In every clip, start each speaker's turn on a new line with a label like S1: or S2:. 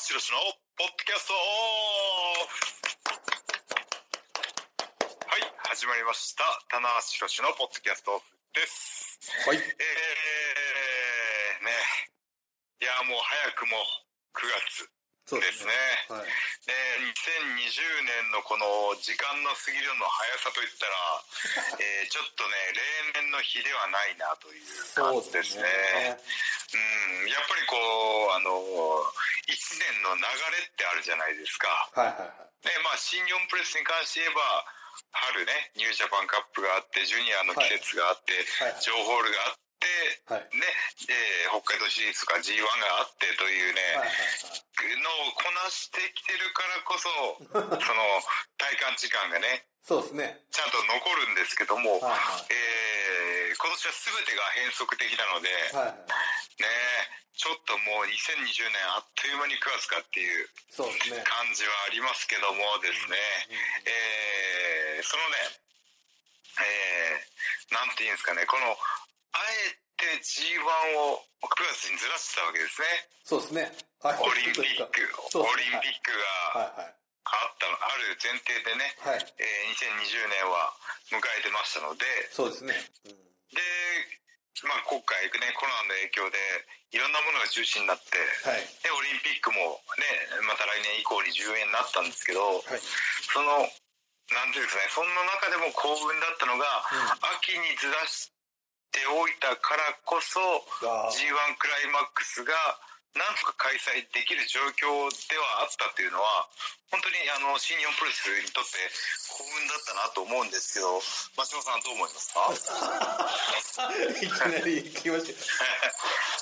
S1: しろしのポッドキャストはい始まりました棚橋宏のポッドキャストです
S2: はい。
S1: えー、ねいやもう早くも9月
S2: そう
S1: ですね。
S2: は
S1: ね
S2: い。
S1: 2020年のこの時間の過ぎるの速さといった ら、えーちょっとね例年の比ではないなという感じですねうん、やっぱりこう、あの、一年の流れってあるじゃないですか。
S2: はいはいは
S1: ね、まあ、新日本プレスに関して言えば、春ね、ニュージャパンカップがあって、ジュニアの季節があって、
S2: はいはい
S1: ジョーホールがあって、
S2: はい。はい。
S1: ね、えー北海道シリーズとか G1 があってというね、
S2: はいはいはい。
S1: のをこなしてきてるからこそ、 その、体感時間がね、
S2: そうですね。
S1: ちゃんと残るんですけども、
S2: はいはい
S1: えー今年は全てが変則的なので、
S2: はいはいはい。
S1: ねえ、ちょっともう2020年あっという間に9月かっていう
S2: そうですね。
S1: 感じはありますけどもですね、えー、そのね、えー、なんて言うんですかね、この、あえて G1 を9月にずらしてたわけですね。
S2: そうですね。はい。
S1: オリンピック、
S2: そう
S1: オ
S2: っすね
S1: リンピック
S2: は
S1: があ
S2: いはい
S1: ったの、ある前提でね、
S2: はい。はい。
S1: えー2020年は迎えてましたので、
S2: そうですね。うん
S1: で、まあ今回ね、コロナの影響で、いろんなものが中止になって、
S2: はい。
S1: で、オリンピックもね、また来年以降に10円になったんですけど、
S2: はい。
S1: その、なんていうんですかね、そんな中でも幸運だったのが、秋にずらしておいたからこそ、
S2: あー
S1: G1 クライマックスが、なんとか開催できる状況ではあったっていうのは、本当にあの、新日本プロレスにとって幸運だったなと思うんですけど、松本さんどう思いますか
S2: いきなり行きま した。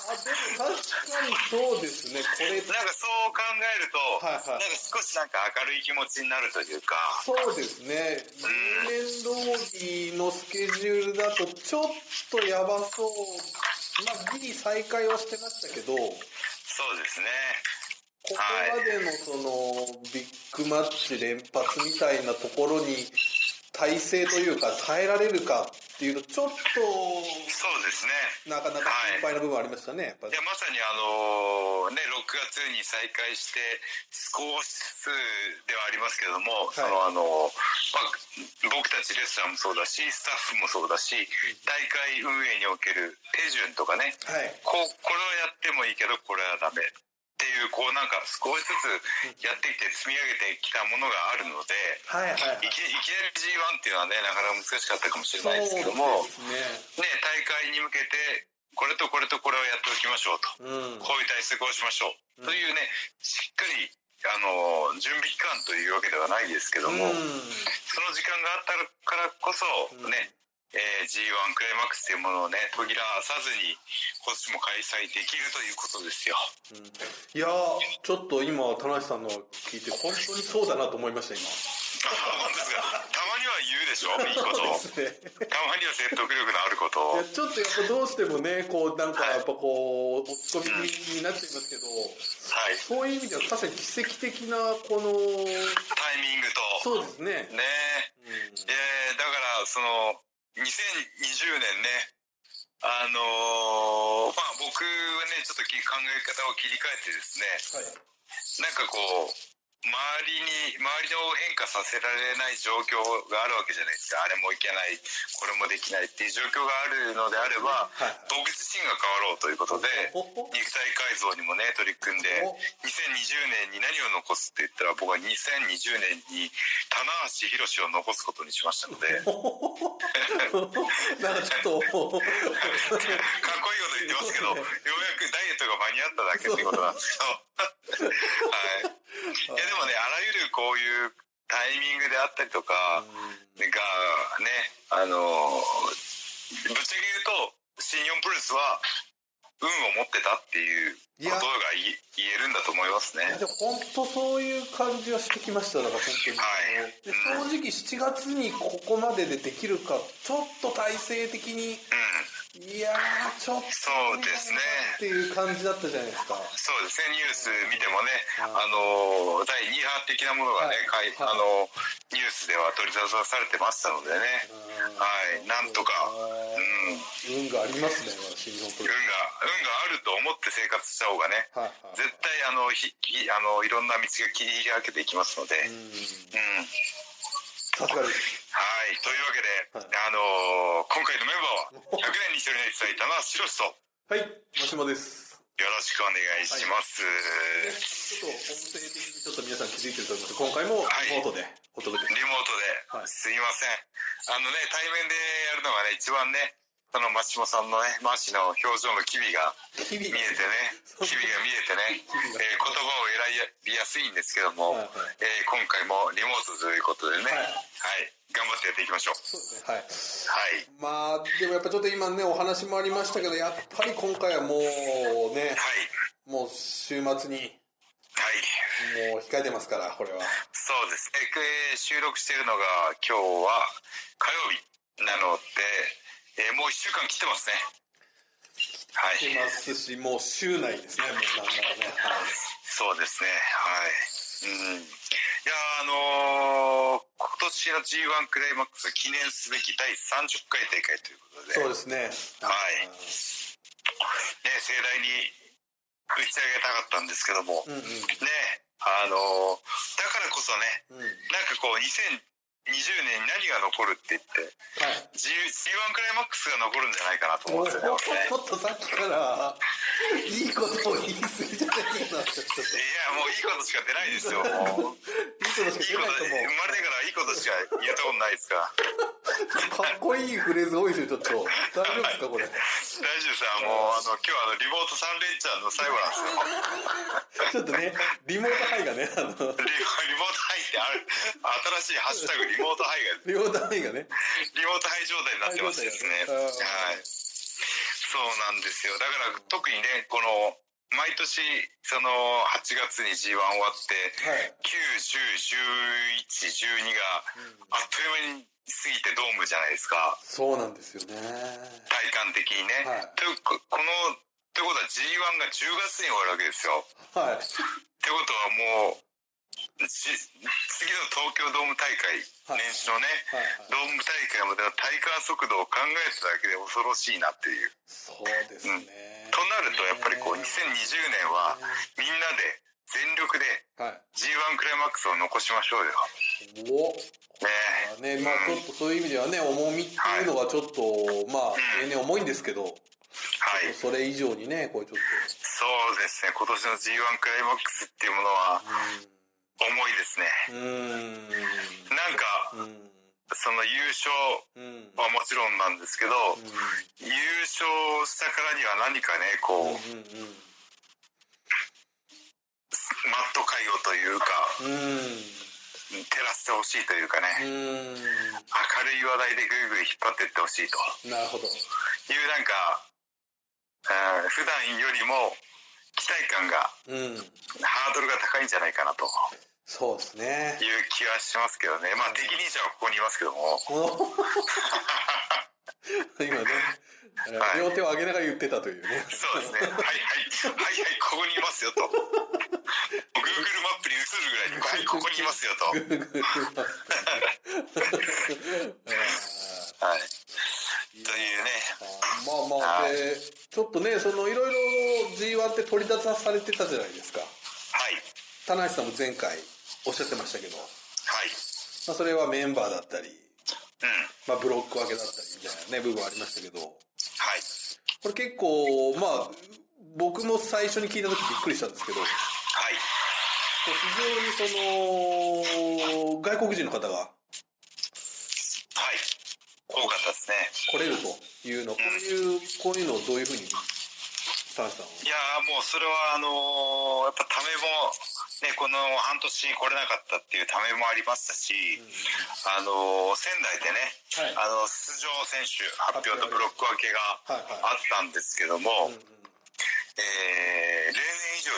S2: あ、でも確かにそうですね。これ、
S1: なんかそう考えると、
S2: はいはい
S1: なんか少しなんか明るい気持ちになるというか、
S2: そうですね。10年通りのスケジュールだと、ちょっとやばそう。まあ、ギリ再開はしてましたけ
S1: そ
S2: ど、
S1: うですね。
S2: ここまでのそのビッグマッチ連発みたいなところに体制というか耐えられるかっていうのちょっ
S1: そ
S2: と
S1: うですね。
S2: なかなか心配な部分ありましたねやっぱ
S1: いや、まさにあのね、6月に再開して、少しずつではありますけども、そのあの、まあ、僕たちレスラーもそうだし、スタッフもそうだし、大会運営における手順とかね、
S2: はい
S1: こう、これはやってもいいけど、これはダメ。っていう、こうなんか少しずつやってきて積み上げてきたものがあるので、
S2: はいはいはい
S1: いきいきなり G1 っていうのはね、なかなか難しかったかもしれ
S2: そう
S1: ないでけ
S2: ですす
S1: ど
S2: ね
S1: も、ね、大会に向けて、これとこれとこれをやっておきましょうと。
S2: うん
S1: こういう対策をしましょう。というね、しっかり、あの、準備期間というわけではないですけど
S2: う
S1: も、
S2: ん
S1: その時間があったからこそ、ね、えー G1 クライマックスというものをね、途切らさずに、今年も開催できるということですよ。
S2: いやーちょっと今田無さんの聞いて本当にそうだなと思いました今
S1: あ本当ですかたまには言うでし ょ、いいことを。
S2: そうですね
S1: たまには説得力のあること
S2: い
S1: を。
S2: やちょっとやっぱどうしてもねこうなんかやっぱこう落ち込み気味になっちゃいますけど
S1: はい。
S2: そういう意味では確かに奇跡的なこの
S1: タイミングと。
S2: そうですね
S1: ねえ、だから、その、2020年ね、あのーまあ僕はね、ちょっとき考え方を切り替えてですね、
S2: はい。
S1: なんかこう、周りに、周りの変化させられない状況があるわけじゃないですか。あれもいけない、これもできないっていう状況があるのであれば、
S2: はい
S1: 僕自身が変わろうということで、
S2: お
S1: 肉体
S2: お
S1: 改造にもね、取り組んで、
S2: お
S1: 2020年に何を残すって言ったら、僕は2020年に棚橋宏を残すことにしましたので、かっこいいこ
S2: なんかちょっと、
S1: と言ってますけど、ようやくダイエットが間に合っただけってことなんですけど、はい。い やでもね、あらゆるこういうタイミングであったりとか、がね、あのーぶっちゃけ言うと、新日本プロレスは、運を持ってたっていうことがい言えるんだと思いますね。はい
S2: や。でも本当そういう感じはしてきました、だから本当に。
S1: はい
S2: で正直7月にここまででできるか、ちょっと体制的に、
S1: うん。
S2: いやー、ちょっと、
S1: そうですね
S2: っていう感じだったじゃないですか。
S1: そうですね、ニュース見てもね、
S2: は
S1: あのー、第2波的なものがね、
S2: はい
S1: かい
S2: はい
S1: あのー、ニュースでは取り沙汰されてましたのでね、はい、なんとか、うん、
S2: 運がありますね、新日本プ
S1: 運
S2: ロ
S1: が、運が
S2: レ
S1: あると思って生活した方がね、
S2: ス。はいはい
S1: 絶対あのひひあのいろんな道が切り開けていきますので、うん
S2: うん
S1: はい
S2: さすがです。
S1: というわけで、
S2: はい
S1: あのー今回のメンバーは100年に一人に伝えたのはシロシと
S2: はい、マシモです。
S1: よろしくお願いします、
S2: ねちょっと音声的にちょっと皆さん気づいてると思います。今回も
S1: はい
S2: リモートでお届けし
S1: リモートで、
S2: はい
S1: すいませんあのね対面でやるのがね一番ねそのマシモさんのねマーシの表情の機微が
S2: ます。日々
S1: 見えてね機微が見えてね、えー言葉
S2: 々が
S1: を選びやすいんですけども、
S2: はいはい
S1: えー今回もリモートということでね、
S2: は
S1: は
S2: い
S1: い、頑張ってやっていきましょう
S2: そうですね、は
S1: はい
S2: い。まあ、でもやっぱちょっと今ね、お話もありましたけど、やっぱり今回はもうね、
S1: はい。
S2: もう週末に、
S1: はい。
S2: もう控えてますから、これは。
S1: そうですね。えー収録しているのが今日は火曜日なので、えーもう一週間切ってますね。はい。
S2: いますし、もう週内ですね、もうなんならね。
S1: そうですね。はい。うん。いやーあのー今年の G1 クライマックス記念すべき第30回大会ということで、
S2: そう
S1: ね、
S2: ですね。
S1: はい盛大に打ち上げたかったんですけども、
S2: うんうん。
S1: ね、あのーだからこそね、
S2: うん。はい。
S1: なんかこう、2020年に何が残るって言って、G- G1 クライマックスが残るんじゃないかなと思う
S2: もうん
S1: ですよね、俺ね。
S2: もっとさっきから、いいことを言い過ぎじゃないかなって、ちょっと。
S1: いや、もういいことしか出ないです よ、もう。
S2: いいこと
S1: い
S2: し
S1: い
S2: か
S1: こ
S2: 言
S1: と、
S2: えないと
S1: 生
S2: 思
S1: まれてからいいことしか言えたことないですから。
S2: う。かっこいいフレーズ多いですよ、ちょっと。大丈夫ですか、これ。
S1: 大丈夫ですよもう、あの、今日はあの、リモート3連チャンの最後なんですよ。
S2: ちょっとね、リモート範囲がね、あの、
S1: リモリモートハイってある、新しいハッシュタグ、リモートハイが、
S2: リモート範囲がね。
S1: リモートハイ状態になってますですね。
S2: はい
S1: はい。そうなんですよ。だから、特にね、この、毎年、その、8月に G1 終わって、
S2: はい。
S1: 9、10、11、12が、あっという間に過ぎてドームじゃないですか。
S2: そうなんですよね。
S1: 体感的にね。
S2: はい
S1: というここの、ということは G1 が10月に終わるわけですよ。
S2: はい。
S1: ってことはもう、じ次の東京ドーム大会、
S2: はい
S1: 年始のね、
S2: はいはい
S1: ドーム大会までの体感速度を考えただけで恐ろしいなっていう。
S2: そうですね。
S1: となると、やっぱりこう、2020年は、みんなで、全力で、
S2: はい。
S1: G1 クライマックスを残しましょうよ。
S2: お
S1: ね
S2: ね、まあちょっとそういう意味ではね、重みっていうのがちょっと、まあ、例年重いんですけど、
S1: はい。
S2: それ以上にね、これちょっ
S1: そうですね、今年の G1 クライマックスっていうものは重いですね。
S2: と、うーん、
S1: なんか、
S2: うん、うん、
S1: その優勝
S2: うん、うん、
S1: はもちろんなんですけど、優勝したからには何かね、こう、マット回をというか、
S2: うん、うん、
S1: 照らしてほしいというかね、
S2: うん、
S1: 明るい話題でぐいぐい引っ張っていってほしいと
S2: なるほど。
S1: いう、なんか、うん、普段よりも期待感が、
S2: うん、
S1: ハードルが高いんじゃないかなと
S2: そうですね
S1: い。う気はしますけどね。まあ適任者はここにいますけども。
S2: この今ね、えー
S1: はい
S2: 両手を上げながら言ってたというね。
S1: そうですね。はいはい。はいはい、ここにいますよと。Google マップに映るぐらいに、はい、ここにいますよと。
S2: グーグルマップ えー
S1: はい。というね。
S2: まあまあ、
S1: はい
S2: で、ちょっとね、そのいろいろ G1 って取り出されてたじゃないですか。
S1: はい。
S2: 田無さんも前回おっしゃってましたけど、ま
S1: はい。
S2: あそれはメンバーだったり、
S1: うん。
S2: まあブロック分けだったりみたいなね、部分ありましたけど、こ
S1: はい。
S2: れ結構、まあ、僕も最初に聞いた時びっくりしたんですけど、
S1: はい。
S2: 非常にその、外国人の方が
S1: はい。多かったですね。
S2: 来れるというの、こういう、こういうのをどういうふうに、田無さんは。
S1: いやーもうそれはあのーやっぱためも、ね、この半年来れなかったっていうためもありましたし、あのー仙台でね、
S2: はい
S1: あの出場選手発表とブロック分けが
S2: はいは
S1: あったんですけども、
S2: うんうん
S1: えー例年以上に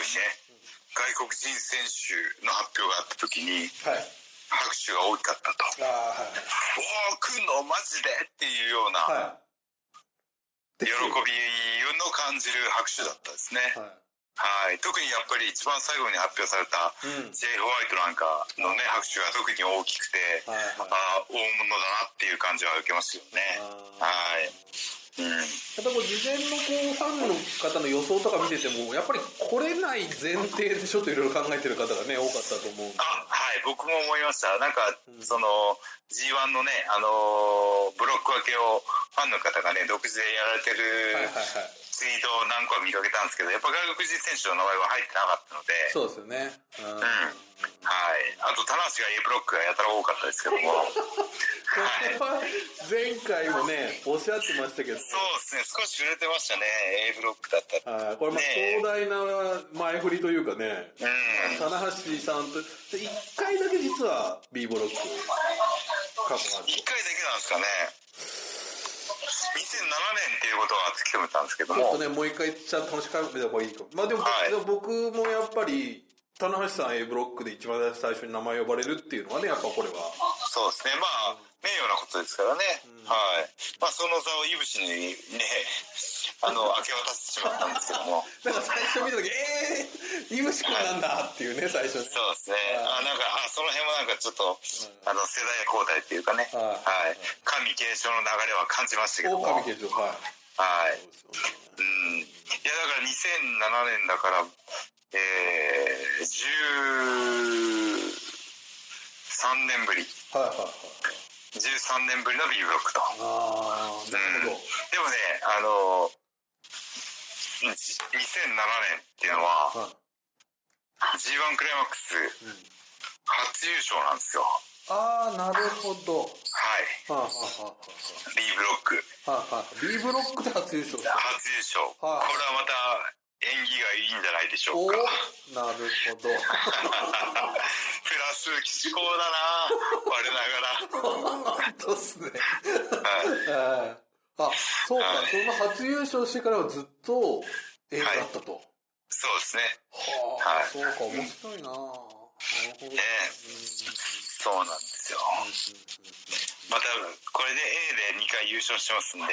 S1: ね外国人選手の発表があった時に
S2: はい。
S1: 拍手が大きかったと
S2: ああ、はいは
S1: 「
S2: い。
S1: おお来んのマジで!」っていうような
S2: は
S1: 喜びの感じる拍手だったですね。
S2: い。は
S1: はい、
S2: い。
S1: 特にやっぱり一番最後に発表された
S2: うん。
S1: ジェイ・ホワイトなんかのね、拍手が特に大きくて、
S2: はいはい。
S1: ああ、大物だなっていう感じは受けますよね。は
S2: あー
S1: い。うん。
S2: やっぱこう事前のこうファンの方の予想とか見ててもやっぱり来れない前提でちょっといろいろ考えてる方がね多かったと思うんで
S1: あ、はい、僕も思いました。なんか
S2: う、ん
S1: その、G1 のね、あのーブロック分けをファンの方がね、独自でやられて
S2: はいはい
S1: る
S2: はい
S1: ツイートを何個か見かけたんですけど、やっぱ外国人選手の名前は入ってなかったので、
S2: そうですよねう
S1: んはい。
S2: ん
S1: あと、棚橋が A ブロックがやたら多かったですけども、
S2: これは 前回もねおっしゃってましたけど
S1: そうですね、少し触れてましたね、A ブロックだったら。
S2: はいこれも
S1: ねえ
S2: 壮大な前振りというかね
S1: うん。
S2: 棚橋さんとで1回だけ実は B ボロック過去がある
S1: 一回だけなんですかね。2007年っていうことは突き止めたんですけど
S2: ちょっ
S1: も。
S2: とね、もう一回ちゃんと話しかけた方がいいかも。まあでも,、
S1: はい
S2: でも僕もやっぱり、棚橋さん A ブロックで一番最初に名前呼ばれるっていうのはね、やっぱこれは。
S1: そうですね。まあ、名誉なことですからね。はい。まあ、その座をいぶしにね、あの、明け渡してしまったんですけども。
S2: だから最初見た時、えー、イブシ君なんだっていうね、最初ね。
S1: そうですね。あ、なんか、あ、その辺もなんかちょっと、あの、世代交代っていうかね。
S2: は
S1: はい。
S2: い
S1: 神継承の流れは感じましたけども。は
S2: 狼
S1: い。
S2: 決勝、はい。
S1: う
S2: そうですよね
S1: ん。いや、だから2007年だから、えー、13年ぶり。
S2: はいはいはい。
S1: 13年ぶりの B ブロックと。
S2: あー、なるほど。
S1: でもね、あの、うんじ2007年っていうのは、
S2: はい
S1: G1 クライマックス
S2: うん
S1: 初優勝なんですよ。は
S2: あー、なるほ
S1: い。
S2: ど。はいはい
S1: B ブロック
S2: はいはい。はいはい。B ブロックで初優勝した。
S1: 初優勝。これ
S2: は
S1: は
S2: い
S1: また演技がいいんじゃないでしょ
S2: お
S1: う
S2: ー
S1: か。
S2: なるほ ど。
S1: プラス、気候だな、我ながら。
S2: 本当っすね。
S1: はい
S2: ええあ、そうか
S1: は、
S2: その初優勝してからはずっと映画だったと。は
S1: そうですね。
S2: あ、
S1: はい
S2: そうか、面白いなあなるほど。うん
S1: えそうなんですよ。また、これで A で2回優勝してますんで、は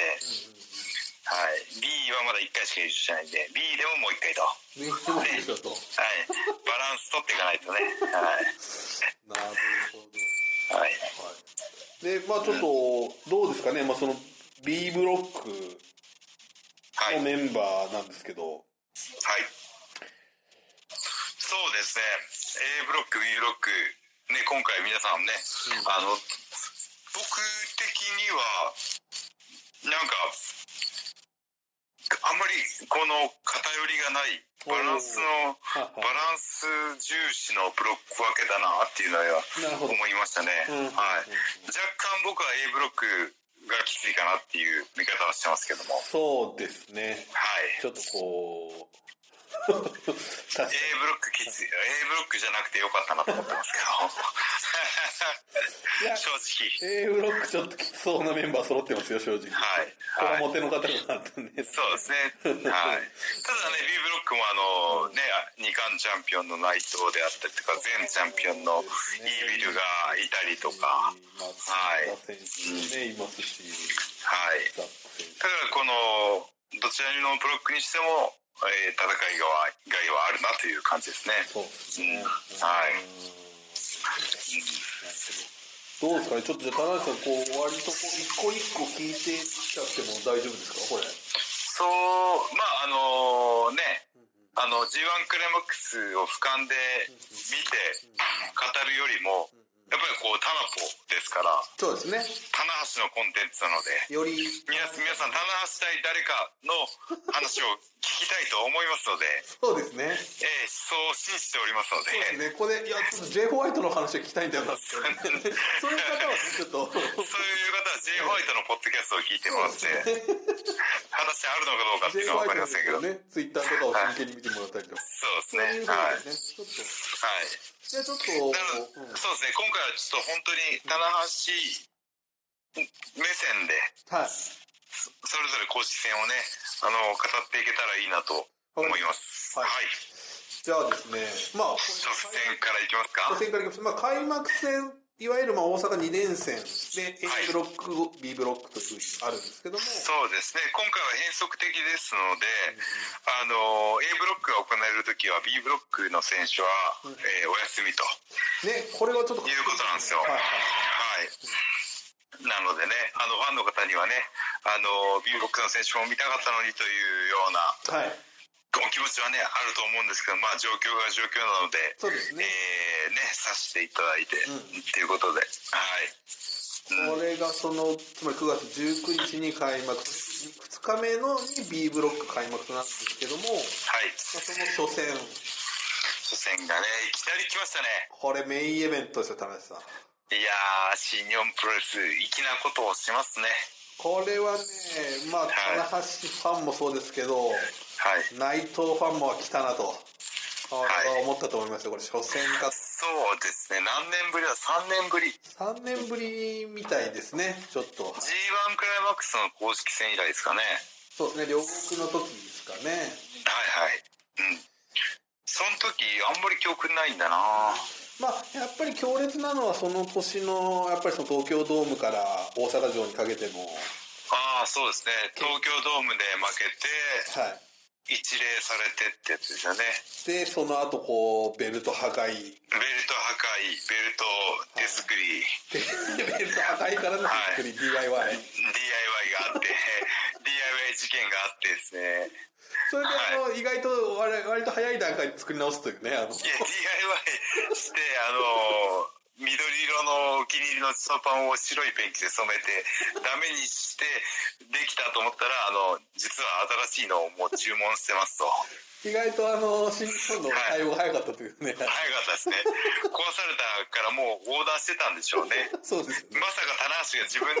S1: い。B はまだ1回しか優勝してないんで、B でももう1回と。
S2: めっちゃ面白いと。
S1: はい。バランス取っていかないとね。はい。
S2: なるほ
S1: はい。
S2: ど。はい。で、まあちょっと、どうですかね、まあその B ブロック
S1: はい。
S2: の
S1: はい。
S2: メンバーなんですけど、
S1: そうですね。A ブロック、B ブロック、ね、今回皆さんね、あの、僕的には、なんか、あんまりこの偏りがない、バランスの、
S2: は
S1: バランス重視のブロック分けだなっていうのは
S2: なるほ
S1: 思
S2: ど
S1: いましたね。
S2: うん
S1: はい。若干僕は A ブロックがきついかなっていう見方はしてますけども。
S2: そうですね。
S1: はい。
S2: ちょっとこう、確かに
S1: A ブロックきつい。A ブロックじゃなくてよかったなと思ってますけ
S2: いや
S1: ど。正直。
S2: A ブロックちょっときつそうなメンバー揃ってますよ、正直。
S1: はい。
S2: これは
S1: はい。
S2: モテの方があったんです。
S1: そうですね。はい。ただね、B ブロックもあの、ね、二冠チャンピオンの内藤であったりとか、全チャンピオンのイービルがいたりとか、はい。
S2: まあ、須田選手もね、いますし、ザック選
S1: だからこの、どちらのブロックにしても、えー戦いがは、がいはあるなという感じですね。
S2: 手。そうですね。
S1: はい
S2: うんなるほどどうですかねちょっとじゃあ、田中さん、こう、割とこう、一個一個聞いてきちゃっても大丈夫ですかこれ。
S1: そう、まあ、あのね、あの、G1 クライマックスを俯瞰で見て語るよりも、やっぱりこう、タナポですから、
S2: そうですね。
S1: 棚橋のコンテンツなので、
S2: より、
S1: 皆さん、皆さん、棚橋対誰かの話を聞きたいと思いますので、
S2: そうですね。
S1: ええ思想を信じておりますので、
S2: そうですね。ここで、いや、ちょっと J ホワイトの話を聞きたいんだよな、ってね そういう方はね、ちょっと。
S1: そういう方は J ホワイトのポッドキャストを聞いてもらって、果たしてあるのかどうかっていう
S2: J
S1: のは
S2: ホワイ
S1: 分かりませんけ
S2: ト
S1: ど、
S2: のね、ツイッターとかを真剣に見てもらったりとか。
S1: そう
S2: そう
S1: ですね
S2: いう。こ
S1: はい。
S2: とですね。ちょっと。
S1: はい。
S2: じゃあちょっ
S1: なの
S2: と、うん
S1: そうですね、今回はちょっと本当に、棚橋目線で、
S2: はい。
S1: それぞれ公式戦をね、あの、語っていけたらいいなと思います。
S2: は
S1: はいい。
S2: じゃあですね、まあ、これ
S1: 初戦からいきますか。
S2: 初戦からいきます。まあ、開幕戦いわゆるまあ大阪2連戦で A ブロック、B ブロックというふうにあるんですけども、
S1: そうですね。今回は変則的ですので、あの、A ブロックが行われるときは B ブロックの選手は、えーお休みと
S2: ね、これはちょっと。
S1: いうことなんですよ。
S2: は
S1: はい
S2: はい
S1: い。なのでね、あの、ファンの方にはね、あの、B ブロックの選手も見たかったのにというような、
S2: はい。はい。
S1: お気持ちはね、あると思うんですけど、まあ、状況が状況なので、
S2: そうですね。
S1: えーね、させていただいて、
S2: ん
S1: っていうことで、はい。
S2: これがその、つまり9月19日に開幕、2日目のに B ブロック開幕となるんですけども、まあ
S1: はい。
S2: その初戦、
S1: 初戦がね、いきなり来ましたね。
S2: これメインイベントですよ、田辺さん。
S1: いやー、新日本プロレス、粋なことをしますね。
S2: これはね、まあ、
S1: い
S2: 棚橋ファンもそうですけど、
S1: はい。
S2: 内藤ファンも来たなと、これは思ったと思いますよ。これ初戦か、
S1: そうですね、何年ぶりだ ?3 年ぶり。
S2: 3年ぶりみたいですね、ちょっと。
S1: G1 クライマックスの公式戦以来ですかね。
S2: そうですね、両国の時ですかね。
S1: はいはい。うん。その時、あんまり記憶にないんだな
S2: まあ、やっぱり強烈なのはその年の、やっぱりその東京ドームから大阪城にかけても、
S1: ああ、そうですね。東京ドームで負けて、
S2: はい。
S1: 一礼されてってやつですよね。
S2: で、その後こう、ベルト破壊。
S1: ベルト破壊、ベルト手作り、
S2: でベルト破壊からの手作り DIY。
S1: DIY があって、DIY 事件があってですね。
S2: それであの、意外と割割と早い段階で作り直すというね、
S1: い
S2: あの。
S1: や、DIY して、あの、緑色のお気に入りのチソパンを白いペンキで染めて、ダメにして、できたと思ったら、あの、実は新しいのをもう注文してますと。
S2: 意外とあの、新日本の対応が早かったというね。
S1: 早かったですね。壊されたからもうオーダーしてたんでしょうね。
S2: そうですよね。
S1: まさか棚橋が自分で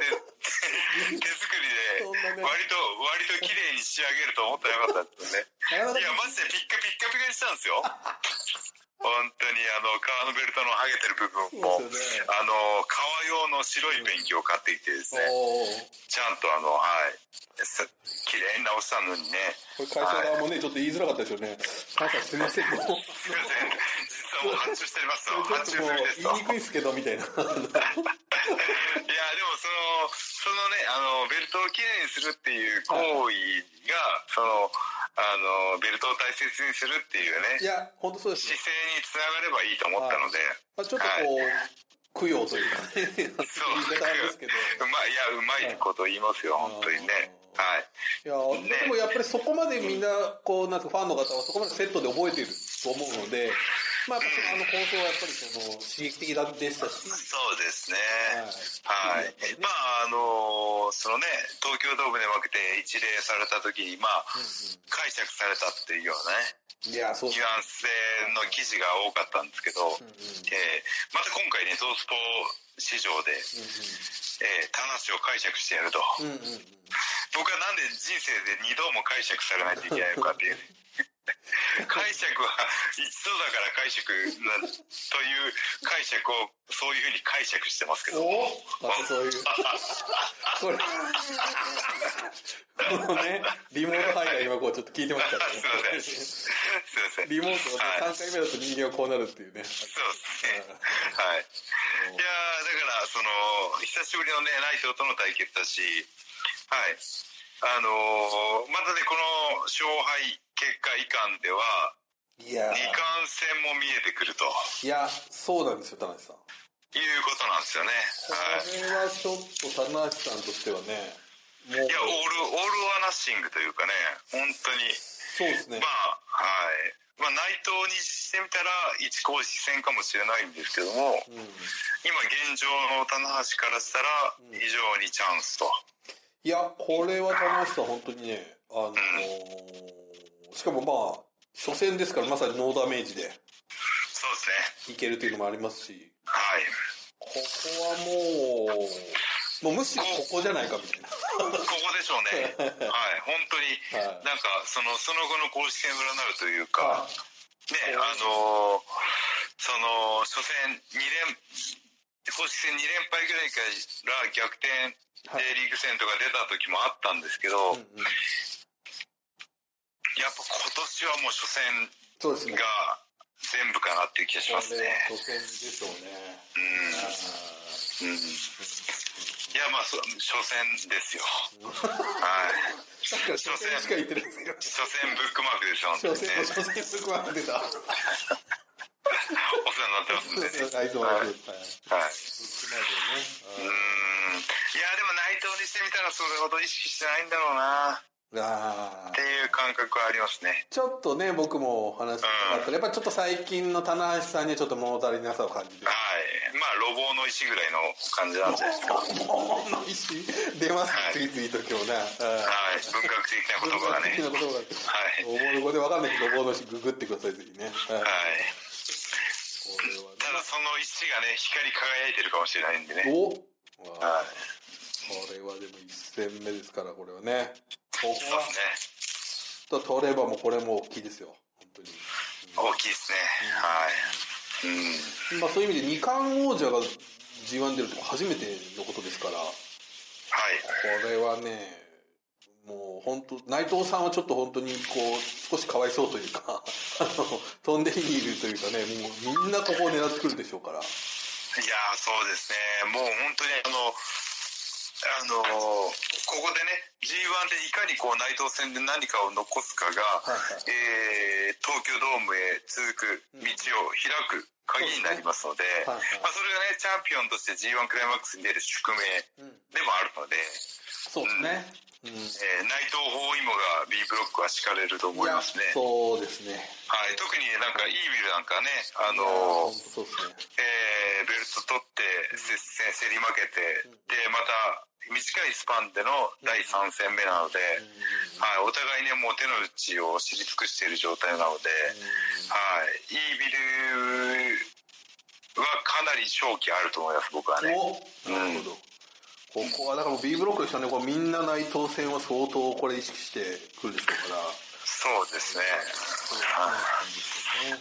S1: 手作
S2: そん
S1: り
S2: な
S1: で
S2: ね
S1: 割と割と綺麗に仕上げると思ってなかったですよね。
S2: な かない
S1: や
S2: か、
S1: マジでピッカピッカピカにしたんですよ。 本当にあの革のベルトの剥げてる部分も、
S2: そうですよね
S1: あの革用の白いペンキを買ってきてですね、
S2: おー
S1: ちゃんとあのはいさ綺麗に直したのにね、
S2: これ会社側もね、ちょっと言いづらかったですよね。母さんすみません、もう。
S1: すいません、実はもう発注しております
S2: ちょ
S1: の、
S2: っ
S1: 発
S2: と
S1: 注
S2: もう
S1: 済みです
S2: 言
S1: と。
S2: いにくいですけどみたいな
S1: いやでもそのそのねあのベルトをきれいにするっていう行為が、そのあのベルトを大切にするっていう
S2: い
S1: ね
S2: や本当そうです
S1: 姿勢につながればいいと思ったので、
S2: まあちょっとこう、供養というかね言い方あれですけど
S1: うまいいやうまいこと言いますよ、本当にねはい
S2: いやでもやっぱりそこまでみんなこうなんていうかファンの方はそこまでセットで覚えてると思うのでまあやっぱそのあの構想はやっぱりその刺激的だでしたし
S1: そうですねは
S2: は
S1: いい、
S2: うん
S1: まああのそのね東京ドームで負けて一礼された時にまあ、解釈されたっていうようなね
S2: いやそう
S1: ニュアンスの記事が多かったんですけど、
S2: うんうん
S1: えーまた今回ね、ゾウスポ市場で、えー、田無を解釈してやると。
S2: うんうんうんうん
S1: 僕はなんで人生で二度も解釈されないといけないのかっていうね。 解釈は一度だから解釈なという解釈をそういうふうに解釈してますけ ども
S2: またそういうこれこのねリモート範囲が今こうちょっと聞いてますから
S1: すいませんすいませ
S2: ね
S1: ん
S2: リモート
S1: はい
S2: がね3回目だと人間はこうなるっていうね。
S1: そうですねはいいやーだからその久しぶりのねライトとの対決だしはいあのーまたねこの勝敗結果以下ではい
S2: や
S1: 二冠戦も見えてくるとい
S2: いや、そうなんですよ、田中さん。こ
S1: うことなんですよねはい
S2: れはちょっと田中さんとしてはね、
S1: いや、オー
S2: もう
S1: ル、オールはナッシングというかね、本当に、
S2: そうですね
S1: ま。あ、はい。まあ、内藤にしてみたら、一公式戦かもしれないんですけども、
S2: う
S1: 今
S2: ん、い
S1: 現状の棚橋からしたら、非常にチャンスと。
S2: や、これは田中さん、本当にね、あのーしかもまあ、初戦ですから、まさにノーダメージ
S1: そうで
S2: で
S1: すね。
S2: いけるというのもありますし、
S1: はい。
S2: ここはもう、もうむしろここじゃないかみたいな。
S1: ここでしょうね。 はい。本当に、
S2: はい
S1: なんか、その、その後の公式戦占うというか
S2: は、
S1: ね、あのーその、初戦2連、公式戦2連敗ぐらいから逆転
S2: はい
S1: でリーグ戦とか出た時もあったんですけど、
S2: いうんうん、
S1: やっぱ今年はもう初戦
S2: そうですね
S1: が。全部かなっていう気がしますね。
S3: 初戦でしょうね。
S1: うん。うん。いや、まあ、そ初戦 ですよ。はい。
S2: さっきから初戦しか言ってないんですけど。
S1: 初戦ブックマークですよ、本当
S2: 初
S1: にね
S2: 戦、。初戦すぐ忘れてた。
S1: お世話になってますんでね。
S2: はい、どうも
S1: はいはい。
S2: どうも
S3: ブックマーク
S1: う
S3: ね。
S1: ん。いや、でも内藤にしてみたらそれほど意識してないんだろうな、
S2: あ
S1: ってい
S2: ー
S1: う感覚はありますね。
S2: ちょっとね、僕もお話したかった。やっぱりちょっと最近の棚橋さんにはちょっと物足りなさを感じてる
S1: は。い。まあ、路傍の石ぐらいの感じなんじゃないですか。は
S2: 物の石出ます
S1: は
S2: ね
S1: い。
S2: 次々と今日ね。はい
S1: 文学的な言葉がね。はい。
S2: 好きな言葉が。おぼろ語でわかんないけど、おぼろしググってください、ぜひね。
S1: はい。
S2: はいこれはね
S1: ただその石がね、光り輝いてるかもしれないんでね。
S2: お
S1: は
S2: わあ
S1: い。
S2: これはでも1戦目ですから、これはね。こ
S1: そう
S2: こは
S1: です
S2: ちょっと取ればもうこれも大きいですよ。本当に。
S1: ね。大きいですね。はい。うん。
S2: まあそういう意味で二冠王者が G1 出ると初めてのことですから、こ
S1: はい。
S2: れはね、もう本当、内藤さんはちょっと本当にこう、少しかわいそうというか、 あの、飛んで火にいるというかね、もうみんなここを狙ってくるでしょうから。
S1: いやーそうですね、もう本当にあの、あのーここでね、G1 でいかにこう内藤戦で何かを残すかが、
S2: はい
S1: えー東京ドームへ続く道を開く鍵になりますので、
S2: はいはい
S1: まあ、それがね、チャンピオンとして G1 クライマックスに出る宿命
S2: うん、
S1: でもあるので、
S2: そうですね。
S1: え
S2: うん
S1: ー内藤包囲網が B ブロックは敷かれると思いますね。
S2: いやそうですね。
S1: はい、特になんかイービルなんかね、あ
S2: いや
S1: のー
S2: 本当そうですね。
S1: えーベルト取って接戦競り負けてでまた短いスパンでの第3戦目なので、はい、お互いねもう手の内を知り尽くしている状態なので、はい、イービルはかなり勝機あると思います僕はね。
S2: おなるほど。ここはだからもう B ブロックでしたね。こうみんな内藤戦は相当これ意識してくるでしょうから。
S1: そうですね、
S2: は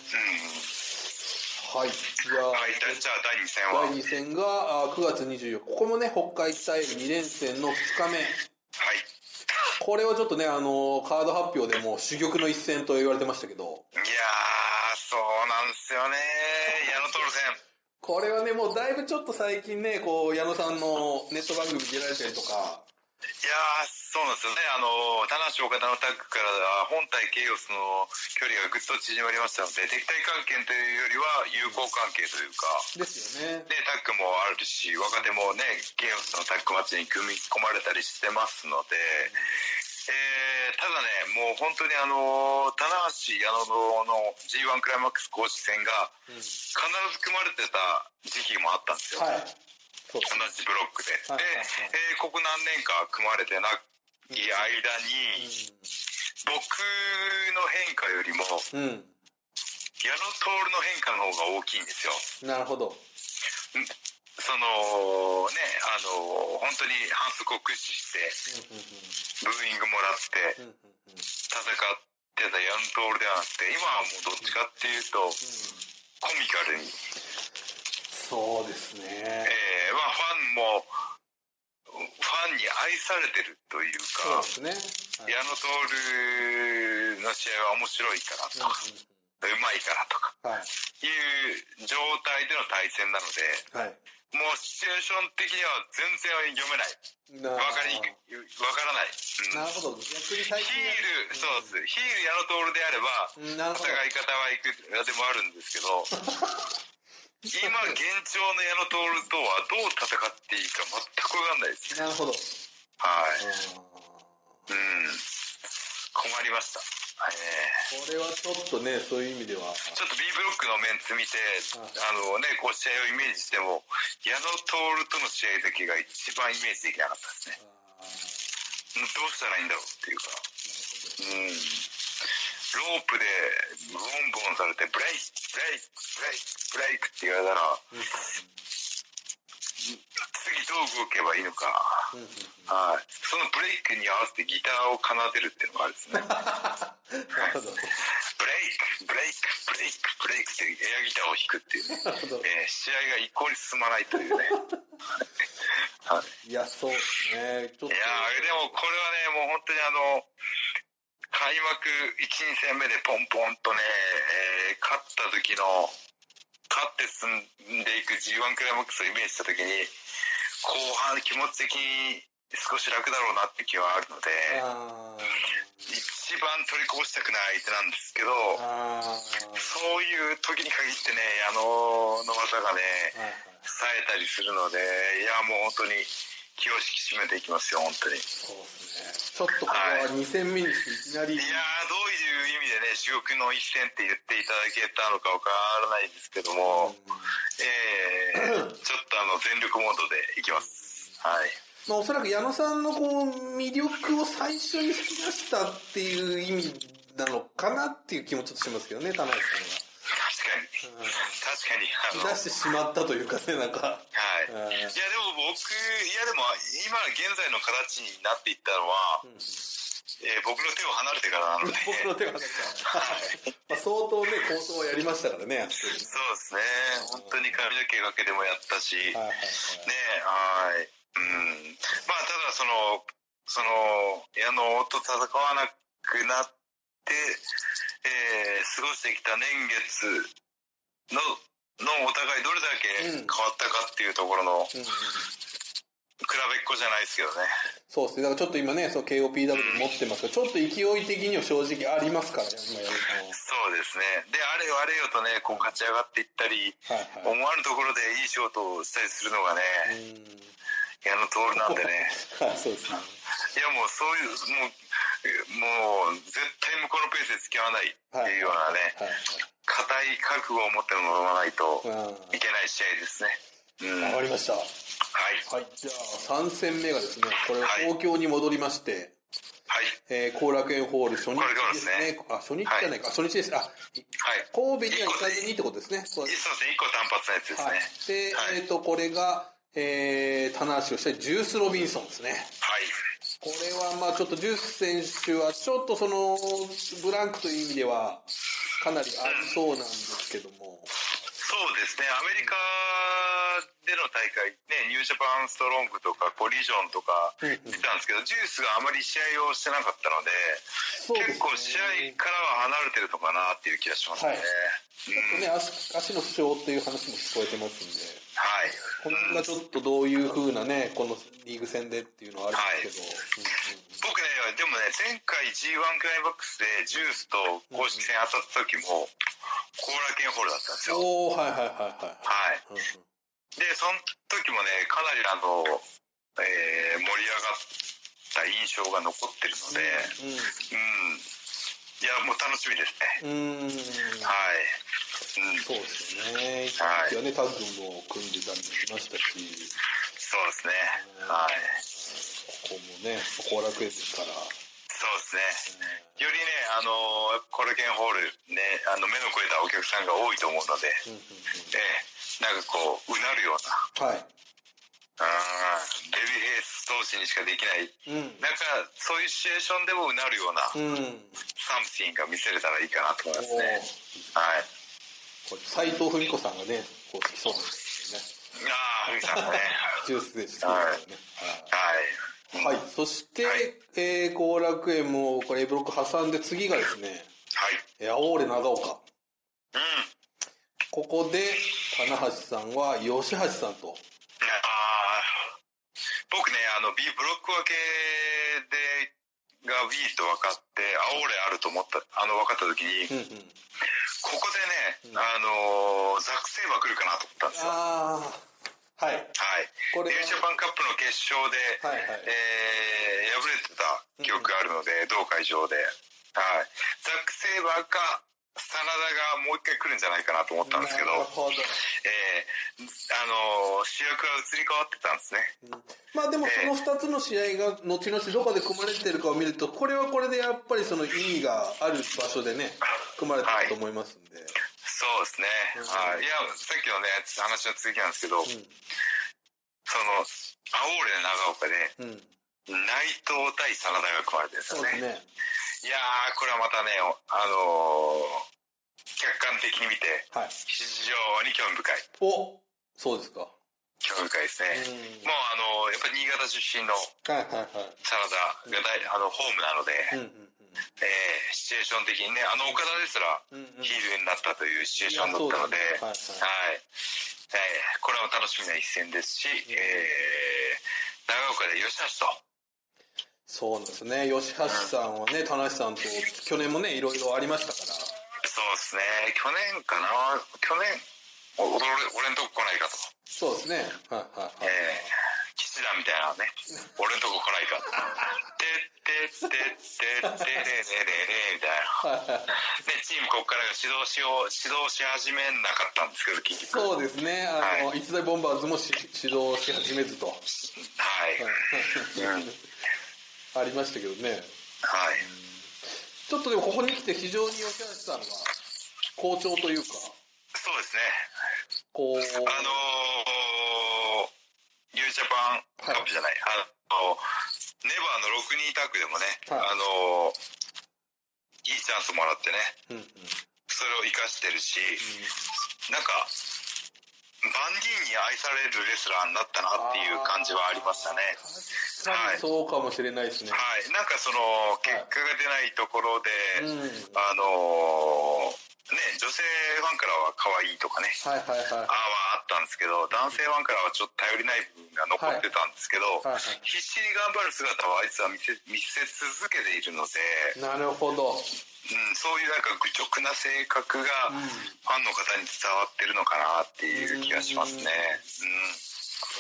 S2: い。じゃあ、
S1: はい、じゃあ第2戦は、
S2: 第
S1: はい、
S2: 2戦があー9月24日。ここもね、北海大陸2連戦の2日目。
S1: い
S2: これはちょっとね、あのーカード発表でもう珠玉の一戦と言われてましたけど、
S1: やーそうなんですよね矢野徹戦
S2: これはね、もうだいぶちょっと最近ね、こう、矢野さんのネット番組出られたりとか、
S1: いやー、そうなんですよね。あの、田中岡田のタッグからは本体ケイオスの距離がぐっと縮まりましたので、敵対関係というよりは友好関係というか、
S2: ですよね。
S1: で、タッグもあるし、若手もね、ケイオスのタッグマッチに組み込まれたりしてますので、えーただね、もう本当にあの、棚橋矢野の G1 クライマックス公式戦が必ず組まれてた時期もあったんですよ。
S2: はい。そうです
S1: 同じブロックで。
S2: はいはい
S1: で、えーここ何年か組まれてない間に、僕の変化よりも、
S2: ね。
S1: 矢野徹の変化の方が大きいんですよ。
S2: うん。なるほど。
S1: その、ね、あの、本当に反則を駆使して、ブーイングもらって
S2: う、んうんうん。
S1: 戦ってた矢野徹ではなくて、今はもうどっちかっていうと、コミカルに、
S2: そうですね
S1: え。ーまあファンも、ファンに愛されてるというか、
S2: そうですね。
S1: 矢野徹の試合は面白いからとか、うまいからとか、
S2: はい。
S1: いう状態での対戦なので、
S2: はい。はい。
S1: もうシチュエーション的には全然読めない。
S2: な
S1: わかりにくい。わからない。う
S2: な
S1: ん
S2: るほど。逆に最
S1: ヒ
S2: 近
S1: ール、そうです。ヒール矢野徹であれば、
S2: うんなるほど
S1: 戦い方はいくらでもあるんですけど、今現状の矢野徹とはどう戦っていいか全くわかんないですね。
S2: なるほど。
S1: はい。
S2: こ
S1: うん。困りました。はいね。
S2: れはちょっとね、そういう意味では。
S1: ちょっと B ブロックのメンツ見て、あのね、こう試合をイメージしても、矢野徹との試合時が一番イメージできなかったですね。ど
S2: あー
S1: うしたらいいんだろうっていうか。うん。ロープでボンボンされて、ブレイク、ブレイク、ブレイク、ブレイクって言われたら、次どう動けばいいのか。はい。そのブレイクに合わせてギターを奏でるっていうのがあるんですね。
S2: なるほど。
S1: ブレイク、ブレイク、ブレイク、ブレイクってエアギターを弾くっていうね、
S2: ほど
S1: えー試合が一向に進まないというね。はいはい
S2: いや、そうですね。ちょ
S1: い
S2: っ
S1: やーでもこれはね、もう本当にあの、体開幕1、2戦目でポンポンとね、えー勝った時の、勝って進んでいく G1 クライマックスをイメージした時に、後半気持ち的に少し楽だろうなって気はあるので、
S2: あ
S1: 一番取りこぼしたくない相手なんですけど、
S2: ーあー
S1: そういう時に限ってね、あの、野技がね、
S2: はいはい
S1: 冴えたりするので、いや、もう本当に気を引き締めていきますよ、本当に。
S2: そうですねちょっとこれは2戦目にしていきなり
S1: いやー、どういう意味でね、主力の一戦って言っていただけたのかわからないですけども、えー、ちょっとあの、全力モードでいきます。はい。
S2: まあ、おそらく矢野さんのこう魅力を最初に引き出したっていう意味なのかなっていう気もちょっとしますけどね、田中
S1: 確かに。
S2: さんは。
S1: 確かに、あの、
S2: うん、引き
S1: は
S2: 出してしまったというかね、なんか。
S1: い。
S2: うんうん
S1: いや、でも僕、いや、でも、今現在の形になっていったのは、えー僕の手を離れてからなので、
S2: 僕の手が出た。まあ、相当ね、構想はやりましたからね、あそこに
S1: そうですね。本当に髪の毛かけてもやったし、ね、
S2: はいはい
S1: はい。うん。まあ、ただ、その、その、矢野と戦わなくなって、えー過ごしてきた年月の、のお互いどれだけ変わったかっていうところの、比
S2: うんう
S1: べ
S2: ん
S1: っこじゃないですけどね。
S2: そうですね。だからちょっと今ね、そう KOPW 持ってますけど、ちょっと勢い的には正直ありますからね、今矢野
S1: そうですね。で、あれよあれよとね、こう勝ち上がっていったり、
S2: さんは。はい
S1: 思
S2: はい。
S1: わぬところでいい仕事をしたりするのがね、
S2: うん
S1: 矢野徹なんでね。
S2: はい、そうですね。
S1: いやもうそういうもうえもう絶対向こうのペースで付き合わないっていうようなね、
S2: はい
S1: 固い覚悟を持って臨まないと
S2: はい。うん
S1: いけない試合ですね。うん、
S2: わ
S1: は
S2: かりました。
S1: い
S2: はい、じゃあ3戦目がですね、これ
S1: はい
S2: 東京に戻りまして、
S1: はい
S2: えー後楽園ホール初日
S1: これから
S2: で
S1: ですす
S2: ね。
S1: ね
S2: あ、初日じゃないか、あ初日です。あ、
S1: はい。
S2: 神戸には行かずにってことですね。そう
S1: 一
S2: です。
S1: そうですね一個単発のやつです
S2: はい
S1: ね。。
S2: で、
S1: はい
S2: えっ、と、これが、えー、棚橋をしたジュース・ロビンソンですね。
S1: はい
S2: これはまあちょっとジュース選手はちょっとその、ブランクという意味では、かなりありそうなんですけども。
S1: そうですねアメリカでの大会ねニュージャパンストロングとかコリジョンとか
S2: うんうん
S1: 出たんですけど、ジュースがあまり試合をしてなかったので
S2: そうですね
S1: 結構試合からは離れてるのかなっていう気がしますね。
S2: はいね、足足の負傷という話も聞こえてますんで。
S1: はい
S2: この辺がちょっとどういう風なね、このリーグ戦でっていうのはあるんですけ
S1: 僕ね、でもね、前回 G1 クライマックスでジュースと公式戦当たった時も、後楽園ホールだったんです
S2: ど。
S1: よ。
S2: おおーはいはいはいは
S1: はい。
S2: い。うんう
S1: で、その時もね、かなりあの、えー盛り上がった印象が残ってるので、うん。いや、もう楽しみですね。
S2: ん。うん。うん
S1: はい。うん、
S2: そうですよね。一
S1: はい
S2: 時はね、タッグも組んでたりもしましたし、
S1: そうですね。はい。
S2: ここもね、後楽園ですから。
S1: そうですね。よりね、あの、後楽園ホール、ね、あの、目の超えたお客さんが多いと思うので、
S2: うんうんうん
S1: ええなんかこう、うなるような。
S2: は
S1: あ
S2: い。
S1: ーデビーヘイス投手にしかできない、
S2: う。
S1: なんかそういうシチュエーションでもうなるようなん
S2: うん。
S1: サムシンが見せれたらいいかなと思います
S2: お
S1: ね。はい。
S2: 斎藤文子さんがね、こう好きそうなんですよね。
S1: ああ、ふみさんもね。
S2: ジュース選手好きですからね。はい
S1: はい。うん
S2: は
S1: はいい。、
S2: そして、
S1: はい
S2: えー、後楽園もこれ A ブロック挟んで次がですね、えー、青俺長
S1: う
S2: 岡。
S1: ん。
S2: ここで、棚橋さんは吉橋さん
S1: あ
S2: と。
S1: あ、僕ね、あの B ブロック分けで、が B と分かって、あ、俺あると思った、あの分かった時に、
S2: うんうん。
S1: ここで
S2: うん
S1: ね、あのーザックセイバー来るかなと思ったんですよ。は
S2: ああ、は
S1: い。
S2: い。これ
S1: ニュ
S2: は
S1: ージャパンカップの決勝で、
S2: はいはい
S1: えー敗れてた記憶があるので、同会場で、はい、ザック・セイバーか真田がもう一回来るんじゃないかなと思ったんですけど、
S2: なるほど。
S1: えーあのー主役が移り変わってたんですね
S2: まあでもその二つの試合が後々どこで組まれてるかを見ると、これはこれでやっぱりその意味がある場所でね、組まれてると思いますんで。
S1: そうですね、はい、いやさっきのね話の続きなんですけど、そのアオーレ長岡で
S2: うん。うん。
S1: 内藤対真田が組まれてるんです
S2: そ
S1: よ
S2: うで
S1: ねい
S2: すね。
S1: やーこれはまたねおあのー客観的に見て
S2: はい。
S1: 非常に興味深い
S2: おそうですか。
S1: 興味深いですね、
S2: うん
S1: もうあのやっぱり新潟出身の
S2: はいはいはい。
S1: 真田が大、あのホームなので、
S2: うんうんうん。
S1: えーシチュエーション的にね、あの岡田ですら
S2: うんうん
S1: ヒールになったというシチュエーションだったので、
S2: いやそう
S1: はい、
S2: です
S1: はい
S2: ね
S1: えーこれも楽しみな一戦ですし、えー長岡で吉橋と、
S2: そうなんですね。吉橋さんはね、田無さんと、去年もね、いろいろありましたから。
S1: そうですね、去年かな、去年、お俺俺んとこ来ないかと、
S2: そうですね。はいは
S1: え
S2: いはい。
S1: ー、岸田みたいなのね、俺んとこ来ないかと、てってってってってれれれれみたいな。でチームここからが指導しよう指導し始めなかったんですけど結局
S2: そうですね。あの、一大ボンバーズもし指導し始めず
S1: は
S2: と。
S1: い、うん、はい
S2: ありましたけどね。ちょっとでもここに来て非常に吉橋さんは、好調というか、
S1: そうですね
S2: こう、
S1: あのー、ニュージャパンカップじゃない、あのネバーの6人タッグでもね、
S2: はい
S1: あのーいいチャンスもらってね
S2: うんうん、
S1: それを生かしてるし、なんかバンディーに愛されるレスラーになったなっていう感じはありましたね
S2: 確かにそうかもしれないですね。
S1: はい、なんかその結果が出ないところで、
S2: うん。はい
S1: あのーね、女性ファンからは可愛いとかね、
S2: はいはい
S1: あ。あはあったんですけど、男性ファンからはちょっと頼りない部分が残ってたんですけど、
S2: はいはいはい
S1: 必死に頑張る姿をあいつは見せ見せ続けているので、
S2: なるほど。
S1: うん、そういうなんか愚直な性格がファンの方に伝わってるのかなっていう気がしますね。うん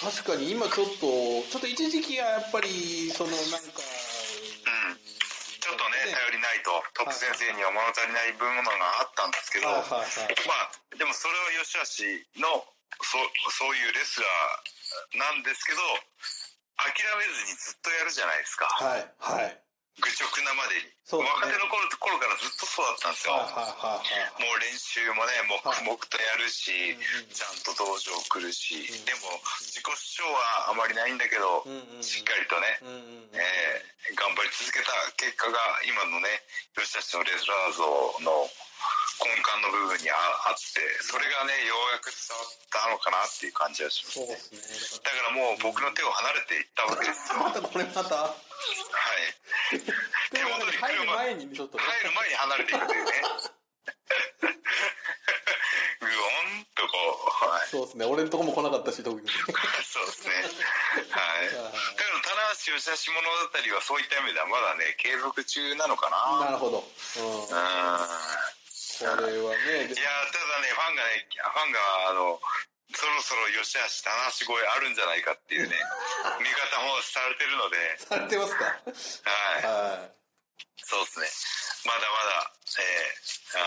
S2: 確かに今ちょっと、ちょっと一時期はやっぱり、そのなんか、
S1: うんちょっとね、頼りないと、トップ先生には物足りない部分があったんですけど、
S2: はいはい
S1: ま
S2: は
S1: あ、
S2: い。
S1: でもそれは吉橋の、そそういうレスラーなんですけど、諦めずにずっとやるじゃないですか。
S2: はいはい。
S1: 愚直なまでに。
S2: そうです
S1: 若
S2: ね
S1: 手の頃頃からずっとそうだったんですよ。
S2: はいはいはいはい。
S1: もう練習もね、もう
S2: はい
S1: 黙々とやるし、
S2: うんうん
S1: ちゃんと道場来るし、
S2: ん
S1: でも自己主張はあまりないんだけど、
S2: うんうんうん
S1: しっかりとね、
S2: うんう
S1: え
S2: んうん。
S1: ー頑張り続けた結果が今のね吉田氏のレスラー像の根幹の部分にああってそれがねようやく伝わったのかなっていう感じがします
S2: そうですね。
S1: だからもう僕の手を離れていったわけですよは
S2: またこれまた、
S1: い手元に車
S2: 入る前にちょっとね、
S1: 入る前に離れていくというね ぐおんとこうはい
S2: そうですね。俺のとこも来なかったし、特に。
S1: そうですね。はい。だから、棚橋吉田下物語はそういった意味ではまだね、継続中なのか
S2: な
S1: な。
S2: るほど。う
S1: う
S2: ん。
S1: ん。いやー、
S2: これはね、で
S1: ただね、ファンがね、ファンが、あの、そろそろ吉橋、棚橋越えあるんじゃないかっていうね、見方もされてるので、
S2: されてますか
S1: はい。
S2: は
S1: そうですね。まだ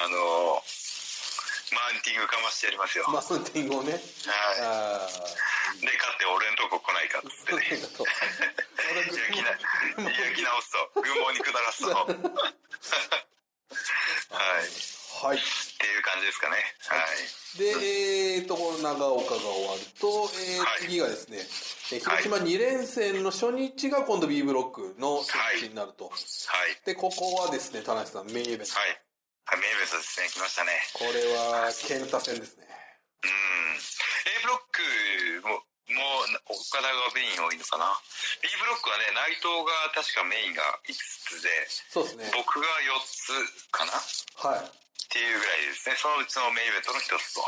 S1: まだ、えー、あのマウンティングかましてやりますよ。
S2: い。
S1: は
S2: マウンティングをね。
S1: い。
S2: ああ。
S1: で、勝って俺んとこ来ないかっつって
S2: そう
S1: ね。
S2: だと。
S1: 焼きな 焼き直すと群馬に下らすとはいっ
S2: はい。
S1: ていう感じですかねはい
S2: で、えーと、この長岡が終わると、えー
S1: はい
S2: 次がですね、えー広島2連戦の初日が今度 B ブロックの初日になると。
S1: はい
S2: で、ここはですね、田無さん、メインイベント。
S1: はいはい名物ですね来ましたね
S2: これは、健太戦ですね。
S1: うん A ブロックももう岡田がメイン多いのかな B ブロックはね内藤が確かメインが5つで
S2: そうですね。
S1: 僕が4つかなっ
S2: はい。
S1: ていうぐらいですねそのうちのメインイベントの1つと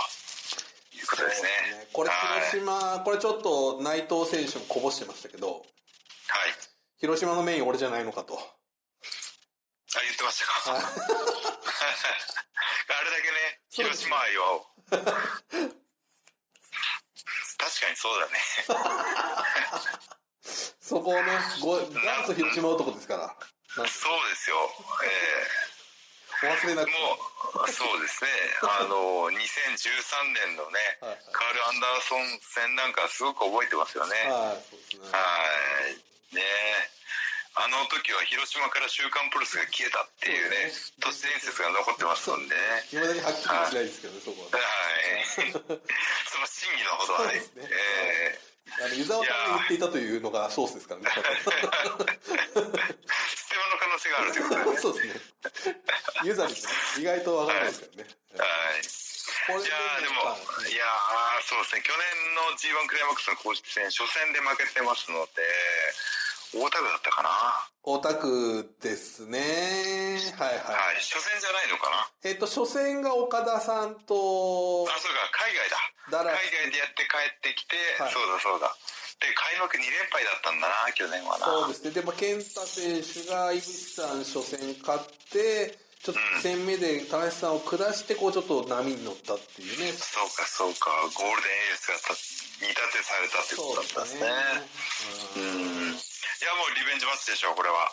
S1: いうことですね
S2: これ
S1: はい、
S2: 広島、これちょっと内藤選手もこぼしてましたけど、
S1: はい、
S2: 広島のメイン俺じゃないのかと。
S1: あ、言ってましたか。 あれだけね、
S2: そう
S1: 広
S2: です
S1: 島愛を。確かにそうだね。
S2: そこをね、ご元祖広島男ですから、なんか
S1: そうですよ。え
S2: お忘れな
S1: え
S2: く。
S1: もう、そうですね。あの、2013年のね
S2: はいはい、
S1: カール・アンダーソン戦なんかすごく覚えてますよね。
S2: はい、そうです
S1: はい。ね
S2: ね。
S1: えあの時は広島から週刊プロレスが消えたっていうね、都市伝説が残ってますんでね。
S2: いまだにはっきりはしないですけどね、そこはね
S1: は。い。 その真偽のほどはね。
S2: そうですね
S1: ええ
S2: あの湯沢さんが言っていたというのがソースですからね。
S1: ステマの可能性があるという ことでね。
S2: そうですね。湯沢にね、意外とわからないですから
S1: は
S2: ね。
S1: い。
S2: これ
S1: いやーでも、いやーそうですね、去年の G1 クライマックスの公式戦、初戦で負けてますので、大田区だったかな。
S2: 大田区ですね。はいはい。
S1: はい。初戦じゃないのかな。
S2: えっと、初戦が岡田さんと、
S1: あ、そうか、海外だ。
S2: ダラ
S1: 海
S2: ス
S1: 外でやって帰ってきて、
S2: はい
S1: そうだそうだ。で、開幕2連敗だったんだな、去年はな。
S2: そうですね。で、まあ、健太選手が、井口さん初戦勝って、ちょっと2戦目で田中さんを下して、こう、ちょっと波に乗ったっていうね。
S1: そうか、そうか。ゴールデンエースがた煮立てされたってことだったんですね。
S2: うん
S1: うん。いや、もうリベンジマッチでしょう、これは。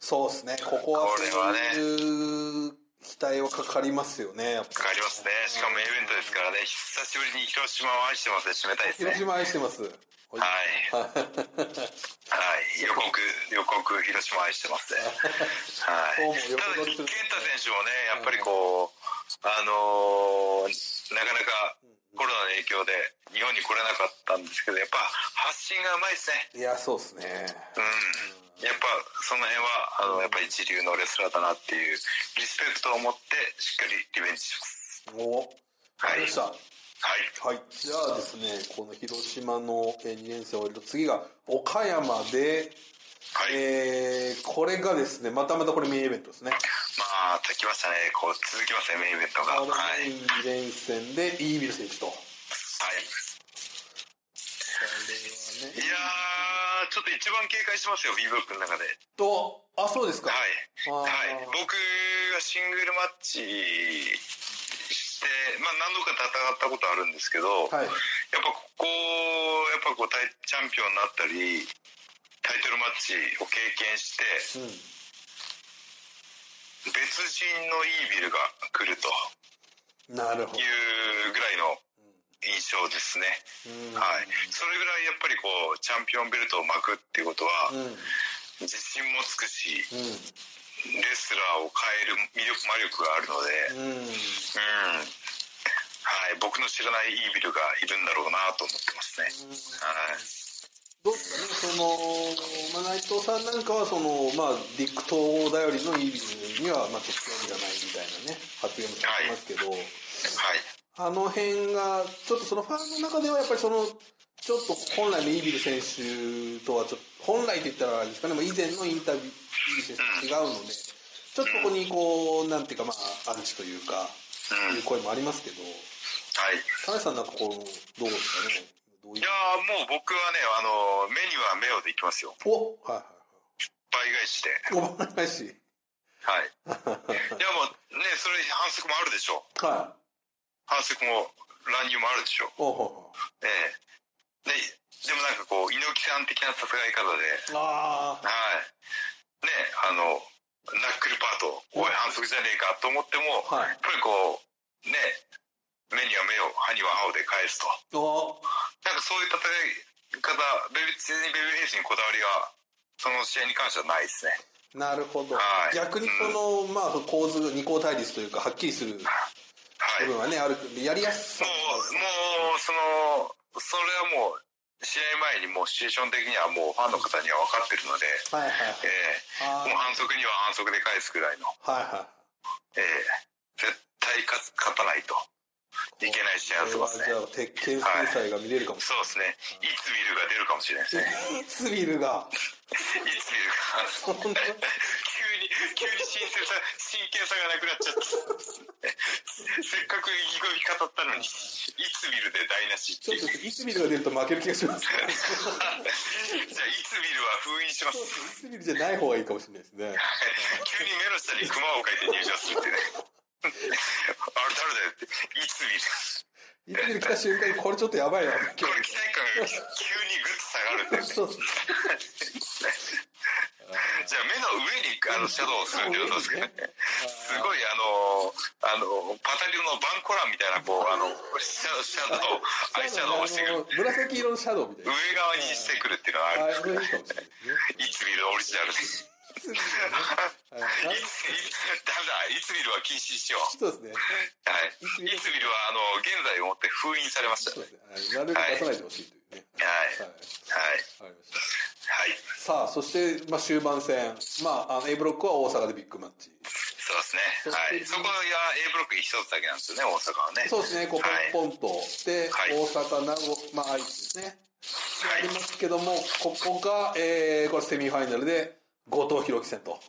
S2: そうですね。ここは
S1: これはね
S2: そういう期待はかかりますよね。やっぱ
S1: かかりますね。しかも名イベントですからね、久しぶりに広島を愛してますね、締めたいです
S2: 広
S1: ね。
S2: 島愛してます。はい
S1: はい、予告、予告、広島愛して ますね。はい。
S2: どうも
S1: ただ、
S2: 予告
S1: 健太選
S2: す
S1: 手
S2: る
S1: もね、やっぱりこう、あのーなかなかコロナの影響で日本に来れなかったんですけど、やっぱ発信がうまいですね。
S2: い。いや、そうですね。
S1: うん。やっぱその辺は、あの、やっぱ一流のレスラーだなっていう、リスペクトを持って、しっかりリベンジします。
S2: おわ
S1: は
S2: かり
S1: い。
S2: ました。
S1: ははい。
S2: はい。じゃあですね、この広島の2連戦を終えると、次が岡山で、
S1: はい
S2: えー、これがですね、またまたこれメインイベントですね。
S1: まあ、たきましたね。こう、続きますね、メインイベントが。
S2: この
S1: はい。はい。
S2: メイン2連戦で、イービル選手と。これはね。
S1: いやー、ちょっと一番警戒してますよ、ビーブロックの中で。
S2: と、あ、そうですか。
S1: はい。
S2: あー
S1: はい。僕がシングルマッチして、まあ何度か戦ったことあるんですけど、
S2: はい。
S1: やっぱここ、やっぱこう、タイチャンピオンになったり、タイトルマッチを経験して、
S2: うん。
S1: 別人のイービルが来ると
S2: なるほ
S1: いうぐらいの印象ですね。
S2: ど。うん
S1: はい、それぐらいやっぱりこうチャンピオンベルトを巻くっていうことは
S2: うん。
S1: 自信もつくし
S2: う
S1: レスラーを変える魅力魔力があるので、うん
S2: ん。うん。
S1: はい、僕の知らないイービルがいるんだろうなと思ってますね。はい
S2: どうですかね、その、まあ、内藤さんなんかは、その、まあ、ディクト頼りのイービルには、まあ、ちょっと興味がないみたいなね、発言もされてますけど、
S1: はい
S2: あの辺が、ちょっとそのファンの中では、やっぱりその、ちょっと本来のイービル選手とは、ちょっと、本来って言ったらあれですかね、まあ、以前のインタビュー、イービル選手と違うので、ちょっとここにこう、なんていうか、まあ、アンチというか、
S1: うん
S2: いう声もありますけど、
S1: はい、
S2: 田中さんなんかこう、どうですかね、どう
S1: い
S2: い
S1: うや。ーもう僕はねあの目には目をでいきますよ
S2: おはいはい。
S1: 倍返して
S2: ごまかし。
S1: はいいやもうねそれ反則もあるでしょう
S2: は
S1: 反則も乱入もあるでしょう
S2: い。おうほ
S1: ええででもなんかこう猪木さん的な戦い方で
S2: うほうあ
S1: は
S2: あ。
S1: い。ね、あの、ナックルパート、おい、反則じゃねえかと思っても、
S2: はい
S1: やっぱりこう、ね、目には目を、歯には歯をで返すと。
S2: お
S1: なんかそういう戦い方、ベビー、別にベビーフェイスにこだわりは、その試合に関してはないですね。
S2: なるほど。
S1: はい
S2: 逆にこの、まあ、構図が二項対立というか、はっきりする
S1: はい。もう、
S2: 部
S1: も
S2: 分はね、あるけど、やりやすさ。
S1: う、その、それはもう、試合前にもうシチュエーション的にはもうファンの方には分かってるので、
S2: はいはい
S1: ええ
S2: はい。
S1: もう反則には反則で返すぐらいの。
S2: あーはいは
S1: ええ絶対勝つ勝たないとい
S2: い。
S1: けない試合だと思いますね
S2: これはじゃあ、鉄拳制裁が見れるかもし
S1: そうですねいつビルが出るかもしれないです
S2: れ
S1: ね
S2: ない。ツビルが、
S1: いつビルが
S2: そんな、
S1: 急に急に新鮮さ真剣さがなくなっちゃったせっかく意気込み語ったのにいつビルで台無しっ
S2: ちょ
S1: て
S2: っ
S1: いう
S2: と、イツビルが出ると負ける気がします。
S1: じゃあいつビルは封印します
S2: イツビルじゃない方がいいかもしれないですね。
S1: 急に目の下にクマを描いて入場するってねあれ誰だよっていつビル
S2: イツビル来た瞬間に、これちょっとやばいな。
S1: これ期待感が急にグッと下がるんだよね
S2: そうですね。
S1: じゃあ目の上にあのシャドウをするってことですかね。すごいあのあのパタリオのバンコランみたいなこうあのシャシャドウアイシャドウをしてくる
S2: あの紫色のシャドウみ
S1: 上
S2: たいな。
S1: 側にしてくるっていうのは
S2: あ
S1: ある
S2: あれいいかもしれない
S1: いつ見るオリジナルでい
S2: ですね。はいはい
S1: ついつダメだいつ見るは禁止しよう
S2: そうですね。
S1: はいいつ見るはあの現在をもって封印されました
S2: そ
S1: は
S2: う
S1: い
S2: ですね。あのなるべく出さないでほしいというね。
S1: はい
S2: わかりました。
S1: はい
S2: さあ、そして、まあ、終盤戦。まあ、あの、A ブロックは大阪でビッグマッチ。
S1: そうですねはいそこが A ブロック一つだけなんですよね大阪はね
S2: そうですね、こう、ポンポンと。で、
S1: はい
S2: 大阪、名古屋、まあ、愛知ですね。
S1: はい。
S2: ありますけども、ここが、えー、これセミファイナルで、後藤弘樹戦と。
S1: はい。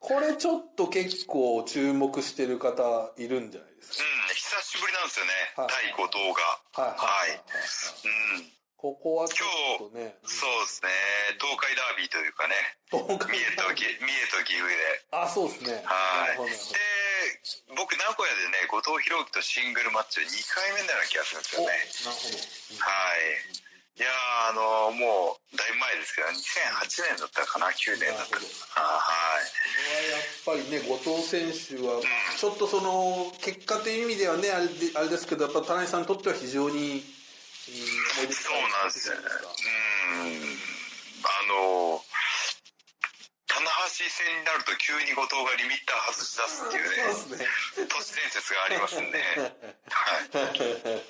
S2: これちょっと結構注目してる方いるんじゃないです
S1: うん、久しぶりなんですよね。
S2: は
S1: 対
S2: い
S1: 後藤が。
S2: か。はい。はい。は
S1: う
S2: い
S1: ん。
S2: ここはちょっとね、
S1: そうですね。東海ダービーというかね。
S2: 今
S1: 三重と岐、三重と岐阜で。
S2: あ、そうですね。
S1: は
S2: ないるほどなる。
S1: で、僕、名古屋でね、後藤弘樹とシングルマッチで2回目なような気がするんですよ
S2: ほど。おな
S1: ね。
S2: るほど。
S1: はい。いやー、あのもう、だいぶ前ですけど、2008年だったかな、9年だったかな。はい。
S2: これはやっぱりね、後藤選手は、ちょっとその、結果という意味ではね、あれであれですけど、やっぱ田中さんにとっては非常に、うん
S1: そうなんですよね。うん。あの、棚橋戦になると急に後藤がリミッター外し出すっていうね、
S2: そうですね。
S1: 都市伝説がありますんで。はい。
S2: 確かに。
S1: いや、今日ね、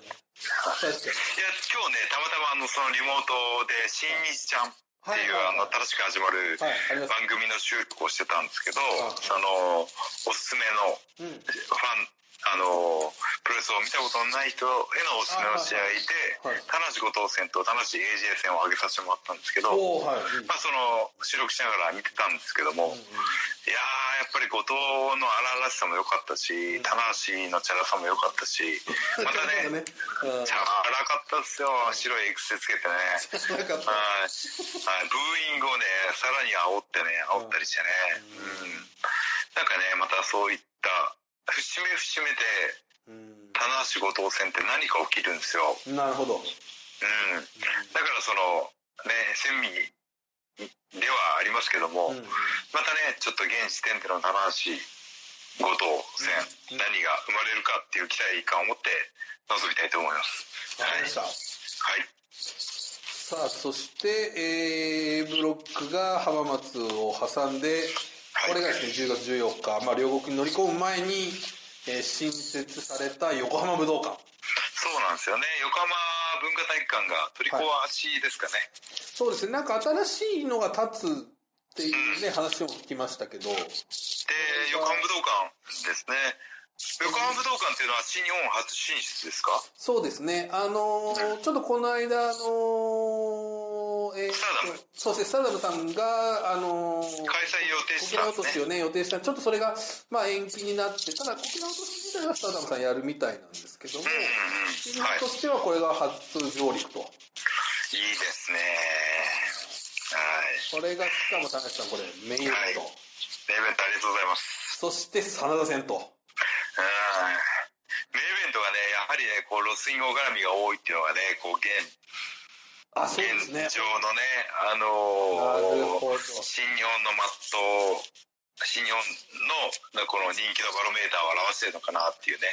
S1: たまたまあの、そのリモートで、新日ちゃんっていう、
S2: はいはいはい
S1: あの、新しく始まる
S2: はい、あります。
S1: 番組の収録をしてたんですけど、
S2: はい
S1: その、おすすめのフ
S2: うん。
S1: ァン、あの、プロレスを見たことのない人へのおすすめの試合
S2: はいはいはい
S1: で、田無後藤戦と田無 AJ 戦を挙げさせてもらったんですけど、
S2: おー、はい。いい
S1: まあ、その収録しながら見てたんですけども、いやーやっぱり後藤の荒々しさも良かったし、棚橋のチャラさも良かった し、また
S2: なんか
S1: ね、
S2: ね、うん
S1: チャラかったっすよ、白いエクセつけてね。
S2: なんか
S1: はい、はい、ブーイングをね、さらに煽ってね、煽ったりしてね、うん、なんかね、またそういった、節目節目で、
S2: うん
S1: 棚橋後藤戦って何か起きるんですよ。
S2: なるほど。
S1: うん、だからそのね千味ではありますけども、
S2: うん
S1: またねちょっと現時点での棚橋後藤戦、
S2: うん
S1: 何が生まれるかっていう期待感を持って臨みたいと思います。
S2: わ
S1: は
S2: かり
S1: い、
S2: ました。
S1: はい、
S2: さあ、そして、えー、ブロックが浜松を挟んで、
S1: はい
S2: これがですね、10月14日、まあ、両国に乗り込む前に、えー新設された横浜武道館。
S1: そうなんですよね横浜文化体育館が取り壊しですかね。
S2: そうですね、なんか新しいのが立つっていうね、話も聞きましたけ
S1: で
S2: ど、
S1: 横浜武道館ですね。横浜武道館っていうのは新日本初進出ですか？
S2: そうですね、あのーちょっとこの間、あのーえー
S1: スターダム
S2: そうですね、スターダムさんが、あのー
S1: 開催予定して
S2: こ
S1: たん
S2: けら落
S1: です
S2: とし
S1: ね。
S2: をね、予定した、ちょっとそれが、まあ、延期になって、ただ、こけら落とし自体はスターダムさんやるみたいなんですけども、
S1: うん
S2: チ
S1: うんうん、
S2: ー
S1: はい
S2: ムと。してはこれが初上陸と。
S1: いいですね。はい。
S2: これが、しかも、田中さん、これ、メインイベント。
S1: はい名イベントありがとうございます。
S2: そして、真田戦と。
S1: うん。名イベントがね、やはりね、こう、ロスインゴ絡みが多いっていうのがね、こう、現、
S2: あ、そうで
S1: 現
S2: すね。
S1: 状のね、あ
S2: なる
S1: の
S2: ほど
S1: ー新日本のマット、新日本の、この人気のバロメーターを表してるのかなっていうね、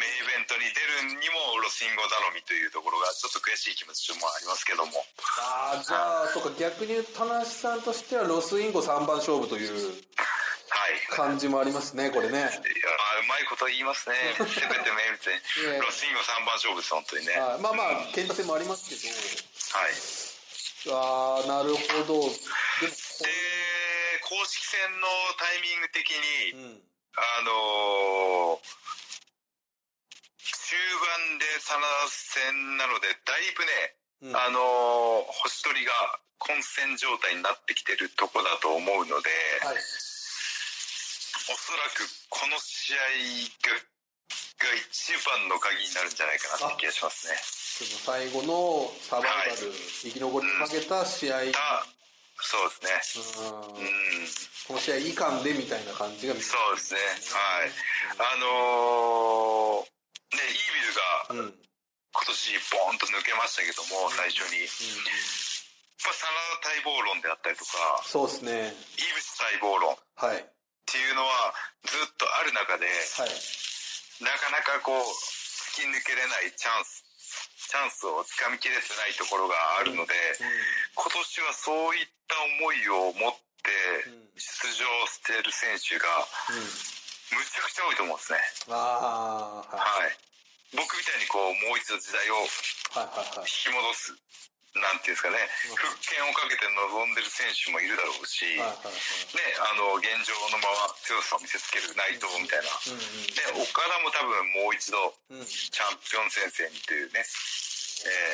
S1: 名イベントに出るにもロスインゴ頼みというところが、ちょっと悔しい気持ちもありますけども。
S2: ああ、じゃあ、そうか、逆に言うと、田中さんとしては、ロスインゴ3番勝負という
S1: はい。
S2: 感じもありますね、これね。
S1: いやあうまいこと言いますね。 すべて名物
S2: いやいや
S1: に。ロスインゴ3番勝負です、本当にね。
S2: あーまあま
S1: うん
S2: あ、喧嘩戦もありますけど、
S1: はい。
S2: ああ、なるほど。でも、こ
S1: で、公式戦のタイミング的
S2: う
S1: に、
S2: ん。
S1: あのー中盤で真田戦なので、だいぶね、
S2: うん
S1: あのー星取りが混戦状態になってきてるとこだと思うので、
S2: はい。
S1: おそらくこの試合が、が一番の鍵になるんじゃないかなって気がしますね。
S2: その最後のサバイバル、生き残りをかけた試合、うん、
S1: あそうですね。うん。
S2: この試合以下でみたいな感じが見える
S1: そうですね。はい。あのーね、イービルが
S2: うん。うん。
S1: 今年ボーンと抜けましたけども、最初に。やっぱ真田待望論であったりとか、
S2: そうです
S1: イー
S2: ね。
S1: ブス待望論っ
S2: はい。はい。
S1: ていうのはずっとある中で、なかなかこう、突き抜けれないチャンス、チャンスをつかみきれてないところがあるので、今年はそういった思いを持って
S2: うん。うん。
S1: 出場している選手がむちゃくちゃ多いと思うんですね。
S2: ああ、は
S1: はい。僕みたいにこう、もう一度時代を
S2: い。はいはいはい。
S1: 引き戻す、なんていうんですかね、復権をかけて臨んでる選手もいるだろうし、
S2: はいはい
S1: ね、
S2: は
S1: あの、
S2: い。
S1: 現状のまま強さを見せつける内藤みたいな。
S2: うん
S1: で、岡田も多分もう一度、
S2: うん。うん。
S1: チャンピオン先生にというね、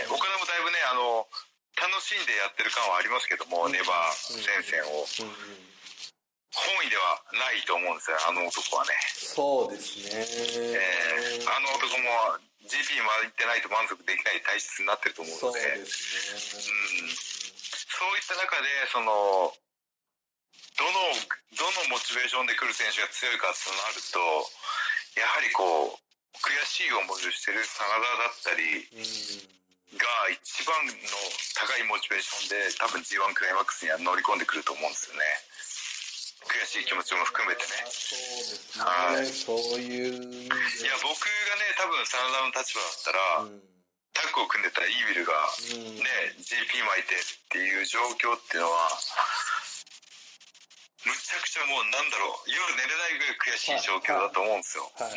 S1: えー岡田もだいぶね、あの、楽しんでやってる感はありますけども、ネバー戦線を。
S2: うんうん、
S1: 本意ではないと思うんですよ、あの男はね。
S2: そうですね、
S1: えーあの男も GP まで行ってないと満足できない体質になってると思
S2: そう
S1: ので、
S2: うで
S1: うん
S2: すね、
S1: そういった中で、その、どの、どのモチベーションで来る選手が強いかとなると、やはりこう、悔しい思いをしてる真田だったり
S2: うん
S1: が一番の高いモチベーションで多分 G1 クライマックスには乗り込んでくると思うんですよね。悔しい気持ちも含めてね。
S2: そうですね、そうい
S1: い
S2: う意味で
S1: や、僕がね、多分真田の立場だったら、
S2: うん
S1: タッグを組んでたイービルが、
S2: うん
S1: ね、GP 巻いてっていう状況っていうのは、むちゃくちゃもうなんだろう、夜寝れないぐらい悔しい状況だと思うんですよ。
S2: はいは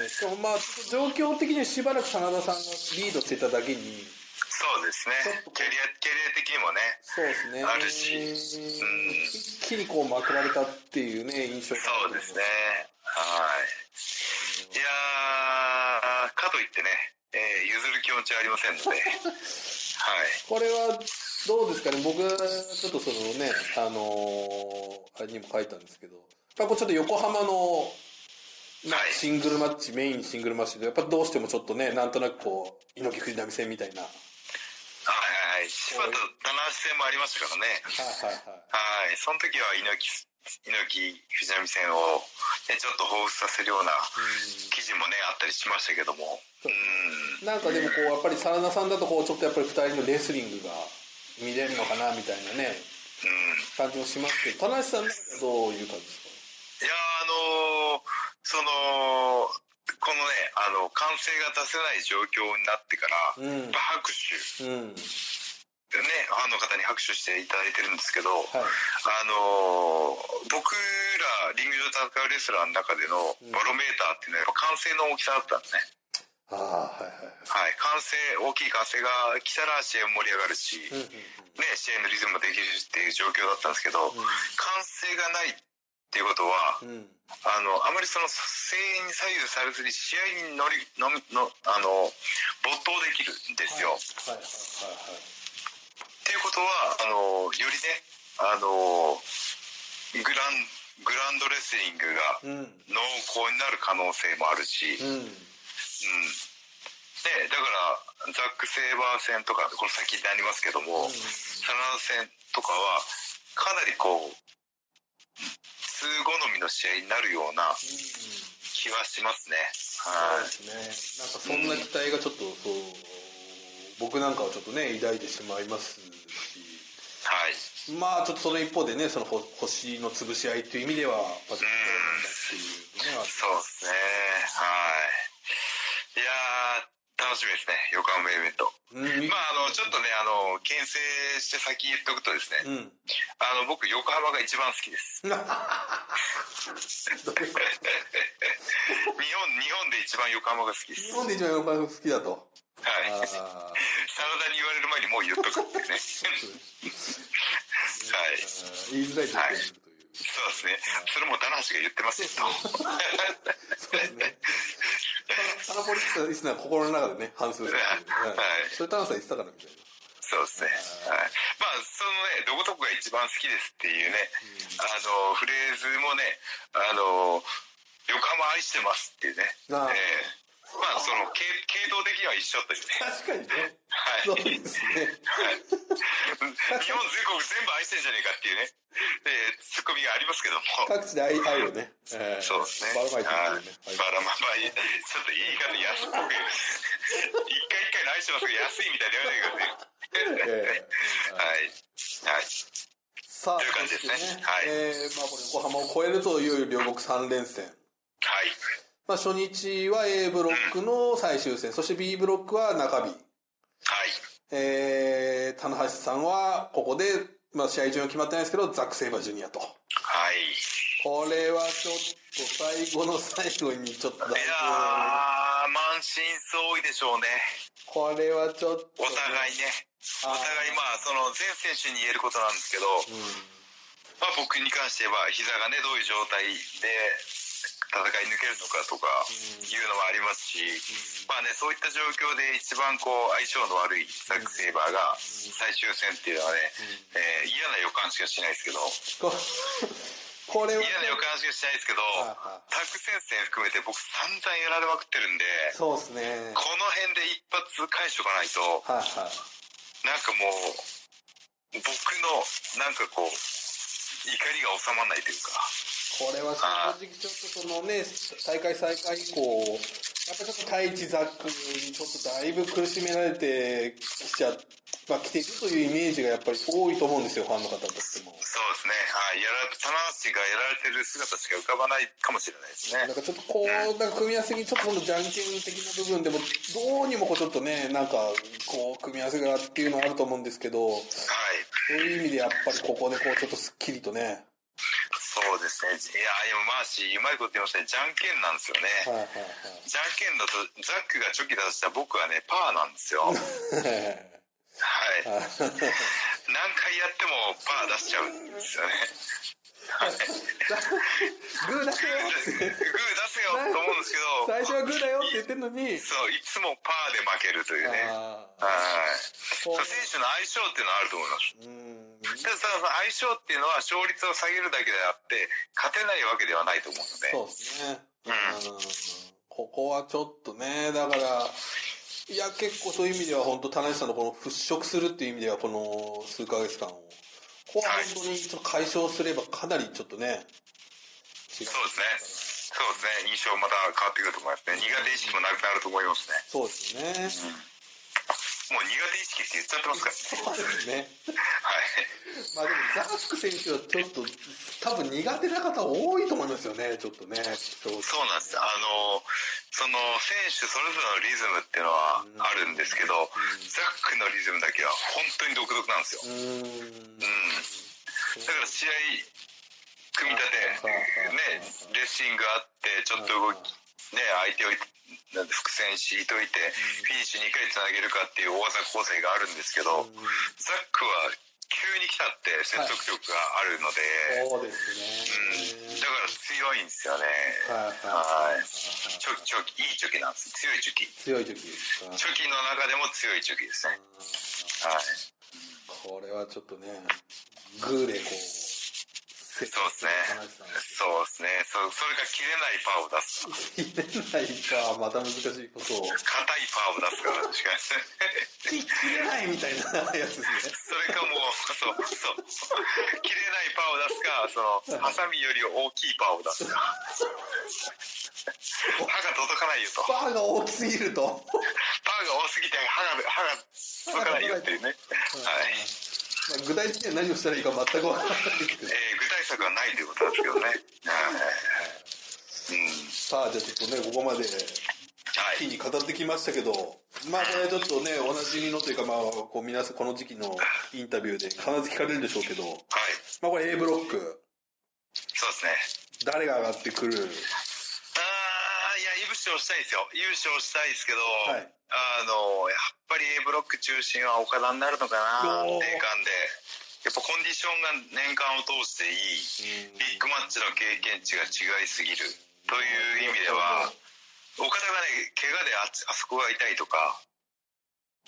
S2: い
S1: うん。うん。ね、はい。
S2: でもまあ、状況的にしばらく真田さんがリードしてただけに、
S1: そうですね。キャリア、キャリア的にもね、
S2: そうですね、
S1: あるしん
S2: 一気にこうまくられたっていうね、印象が
S1: そうですね。はい。いやー、かといってね、えー譲る気持ちはありませんので、はい。
S2: これはどうですかね、僕、ちょっとそのね、あのーあれにも書いたんですけど、やっぱこうちょっと横浜の、まあ
S1: はい
S2: シングルマッチ、メインシングルマッチで、やっぱどうしてもちょっとね、なんとなくこう、猪木藤波戦みたいな、はい
S1: はいはい。柴田、棚橋戦もありましたからね。
S2: は
S1: は
S2: いはい。
S1: い。その時は猪木、猪木藤波戦を、ね、ちょっと彷彿させるような記事もね、あったりしましたけども。うん。
S2: なんかでもこうやっぱり真田さんだとこうちょっとやっぱり2人のレスリングが見れるのかなみたいなね
S1: うん。
S2: 感じもしますけど田無さんの中ではどういう感じで
S1: い
S2: す
S1: やーあのーその、このね、あの、歓声が出せない状況になってから、やっぱ拍手、
S2: か
S1: ね、
S2: うんうん
S1: ファンの方に拍手していただいてるんですけど、
S2: はい
S1: あのー僕らリング上で戦うレスラーの中での
S2: うん
S1: バロメーターっていうのはやっぱ歓声の大きさだったんですね。
S2: ああはいは
S1: はい、歓声、大きい歓声が来たら試合も盛り上がるし、
S2: いはいうんうん
S1: ね、試合のリズムもできるっていう状況だったんですけど、
S2: ん
S1: 歓声がないっていうことは、
S2: うんうん
S1: あの、あまりその声援に左右されずに試合に乗り、のみのあの、没頭できるんですよ。
S2: はいはいは
S1: っていうことは、あの、よりね、あの、グラン、グランドレスリングが
S2: いはい
S1: 濃厚になる可能性もあるし、
S2: うんうん
S1: うん。で、だから、ザック・セイバー戦とか、この先になりますけども、サラダ戦とかは、かなりこう、通好みの試合になるような
S2: そ
S1: 気はしますね。は
S2: う
S1: い。
S2: ですねなんかそんな期待がちょっとそう僕なんかはちょっとね抱いてしまいますし
S1: はい。
S2: まあちょっとその一方でねそのほ星の潰し合いという意味ではまあちょっとどうなんだっていうのは
S1: そうですね。はい。いやー、楽しみですね。横浜ベイイベント。
S2: うん
S1: まあ、あの、ちょっとね、あの、牽制して先言っとくとですね、
S2: うん
S1: あの、僕、横浜が一番好きです。
S2: などういうこ
S1: 日
S2: と
S1: 本、日本で一番横浜が好きです。
S2: 日
S1: はい。
S2: 本で一番横浜が好きだと
S1: 真田
S2: あ
S1: に言われる前にもう言っとくっていうね。はい。
S2: ー言いづらい状況にするという、
S1: そうですね。それも棚橋が言ってますよ。
S2: そうですねアナポリックリスナーが心の中でね反省するってい
S1: はい
S2: う、それタナさん言ってたからみたいな
S1: そうですね。はい。まあ、そのね、どこどこが一番好きですっていうね、あの、フレーズもね、あの、横浜愛してますっていうね。
S2: あ
S1: え
S2: あ
S1: えまあ、その、系系統的には一緒というね。
S2: 確かにね
S1: はい。
S2: そうですね
S1: 日本全国全部愛してんじゃねえかっていうね、ええツッコミがありますけども。
S2: 各地で愛愛をね、えー
S1: そうですね。
S2: ばらまいて
S1: はい
S2: るというね
S1: ばらまばい。ちょっと言い方安っぽく。一回一回の愛してますけど、安いみたいに言わないでください。
S2: ええ
S1: はい。はい。
S2: さあ、
S1: という感じですね
S2: そして
S1: はい
S2: えーまあ、これ、横浜を超えると、いよいよ両国3連戦。
S1: はい。
S2: まあ、初日は A ブロックの最終戦、そして B ブロックは中
S1: は
S2: 日。
S1: い。
S2: えー、棚橋さんは、ここで、まあ、試合順は決まってないですけど、ザック・セイバージュニアと。
S1: はい。
S2: これはちょっと、最後の最後にちょっとだいぶ
S1: いやー、満身創痍でしょうね。
S2: これはちょっと。
S1: お互いね。お互い、まあ、その、全選手に言えることなんですけど、
S2: うん。
S1: まあ、僕に関しては、膝がね、どういう状態で、戦い抜けるのかとかいうのもありますし、まあね、そういった状況で一番こう相性の悪いザック・セイバーが最終戦っていうのはね、えー嫌な予感しかしないですけど、
S2: ここれは
S1: 嫌な予感しかしないですけど
S2: はいは、
S1: タッグ戦線含めて僕散々やられまくってるんで、
S2: そうですね
S1: この辺で一発返しとかないと、
S2: はいはい
S1: なんかもう、僕のなんかこう、怒りが収まらないというか、
S2: これは正直ちょっとそのね大会再開以降やっぱりちょっと太一ザックにちょっとだいぶ苦しめられてきちゃまあ、来ているというイメージがやっぱり多いと思うんですよファンの方としても。
S1: そうですね、はい、やら棚橋がやられてる姿しか浮かばないかもしれないです
S2: なん
S1: ね。
S2: かちょっとこう、なんか組み合わせにちょっとそのじゃんけん的な部分でも、どうにもこうちょっとね、なんかこう、組み合わせがっていうのはあると思うんですけど、
S1: はい
S2: そういう意味でやっぱりここでこう、ちょっとスッキリとね、
S1: そうですね。いや、でもマーシー、うまいこと言いましたね。じゃんけんなんですよね。
S2: はいはい
S1: じゃんけんだと、ザックがチョキ出したら僕はね、パーなんです よ。はい。
S2: はい。はい
S1: 何回やってもパー出しちゃうんですよね。 グー
S2: グーだけよ
S1: 出せよと思うんですけど、
S2: 最初はグーだよって言ってるのに、
S1: そう、いつもパーで負けるというね。
S2: ああ、
S1: はい。
S2: こ
S1: そう選手の相性っていうのはあると思います。
S2: う、うん、
S1: ただその相性っていうのは勝率を下げるだけであって、勝てないわけではないと思うので。
S2: そうですね。うん、ここはちょっとね、だから、いや、結構そういう意味では、本当田中さんのこの払拭するっていう意味では、この数ヶ月間を、ここは本当にちょっと解消すれば、かなりちょっとね、
S1: そうです
S2: 違う。
S1: ね。そうですね。印象また変わってくると思いますね。苦手意識もなくなると思いますね。
S2: そうですね。
S1: もう苦手意識って言っちゃってますからね。
S2: そうですね。
S1: はい。
S2: まあでも、ザック選手はちょっと、多分苦手な方多いと思いますよね、ちょっとね。そう
S1: そうなんです。あの、その選手それぞれのリズムっていうのはあるんですけど、ザックのリズムだけは本当に独特なんですよ。
S2: うーん
S1: う。ん。だから試合組み立て、ね、レスリングあって、ちょっと動き、ね、相手をなんで伏線敷いといて、フィニッシュ2回つなげるかっていう大技構成があるんですけど、ザックは急に来たって説得力があるので、
S2: そうで
S1: うん、だ
S2: すね。
S1: から強いんですよね。
S2: はいはい
S1: はい。チョキ、チョキ、いいチョキなんです。強いチョキ。
S2: 強い時。うん
S1: チョキの中でも強いチョキですね。はい。
S2: これはちょっとね、グーでこう、そう
S1: そうですね。そうですね。そそれか切れないパーを出すか。
S2: 入れないか、また難しいことを。
S1: 硬いパーを出すから、しかし。
S2: 切れないみたいなやつですね。
S1: それかもう、そう、そう。切れないパーを出すか、その、ハサミより大きいパーを出すか。歯が届かないよと。
S2: バーが大きすぎると。
S1: パーが多すぎて歯が、歯が届かないよっていうね。はい。
S2: まあ具体的には何をしたらいいか全くわからないですけ
S1: えー
S2: ど。
S1: 具体策はないということなんですけどね。はい。うん。
S2: さあ、じゃあちょっとね、ここまで、
S1: は
S2: 一気
S1: い。
S2: に語ってきましたけど、まあこれはちょっとね、おなじみのというか、まあ、こう皆さんこの時期のインタビューで必ず聞かれるんでしょうけど、
S1: はい。
S2: まあこれ A ブロック、
S1: そうですね。
S2: 誰が上がってく
S1: ああ、い
S2: る
S1: や、優勝したいですよ。優勝したいですけど、
S2: はい
S1: あの、やっぱり A ブロック中心は岡田になるのかな、
S2: おー
S1: 定感で。やっぱコンディションが年間を通していい、ビッグマッチの経験値が違いすぎるという意味では、岡田がね、怪我であっちあそこが痛いとか、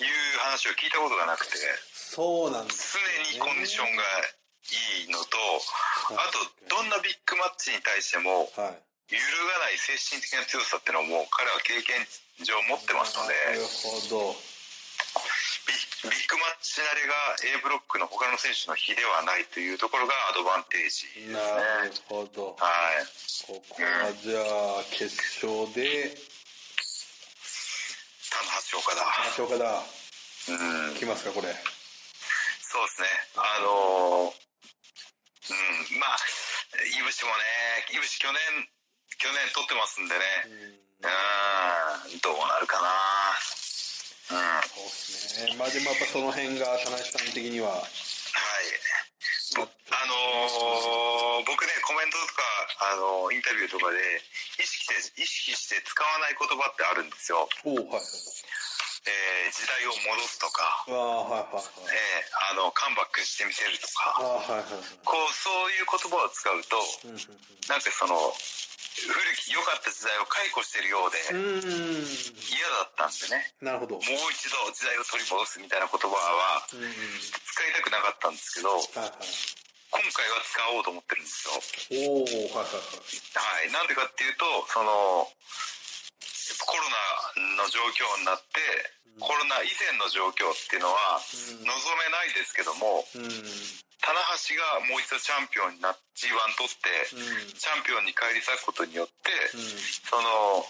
S1: いう話を聞いたことがなくて。
S2: そうなんです。
S1: 常にコンディションがいいのと、あと、どんなビッグマッチに対しても、
S2: はい。
S1: 揺るがない精神的な強さっていうのをもう彼は経験上持ってますので、
S2: なるほど。
S1: ビビッグマッチ慣れが A ブロックの他の選手の比ではないというところがアドバンテージですね。
S2: なるほど。
S1: はい。
S2: ここはじゃあ、決勝で、
S1: 棚橋岡田。
S2: 橋岡だ。
S1: うん。
S2: 来ますか、これ。
S1: そうですね。あのーうん、まあ、いぶしもね、いぶし去年、去年取ってますんでね。うん、どうなるかな。うん、はい。
S2: そうですね。まあでもやっぱその辺が、田中さん的には。ま
S1: あのー僕ね、コメントとか、あのーインタビューとかで、意識して、意識して使わない言葉ってあるんですよ。
S2: おうはい。
S1: えー時代を戻すとか、
S2: ああはいはい
S1: え
S2: はい
S1: ーあのカムバックしてみせると
S2: あ
S1: か
S2: あはいはいはい
S1: こうそういう言葉を使うと
S2: うんうん
S1: なんかその古き良かった時代を解雇してるようで
S2: うんうーん
S1: 嫌だったんでね
S2: なるほど
S1: もう一度時代を取り戻すみたいな言葉は
S2: うんうん
S1: 使いたくなかったんですけど
S2: はいはい
S1: 今回は使おうと思ってるんですよ。
S2: おおはいは
S1: は
S2: い
S1: い、なんでかっていうとそのやっぱコロナの状況になってコロナ以前の状況っていうのは望めないですけども
S2: はいうんうん
S1: 棚橋がもう一度チャンピオンになっ G1 取ってチャンピオンに返り咲くことによって
S2: う
S1: その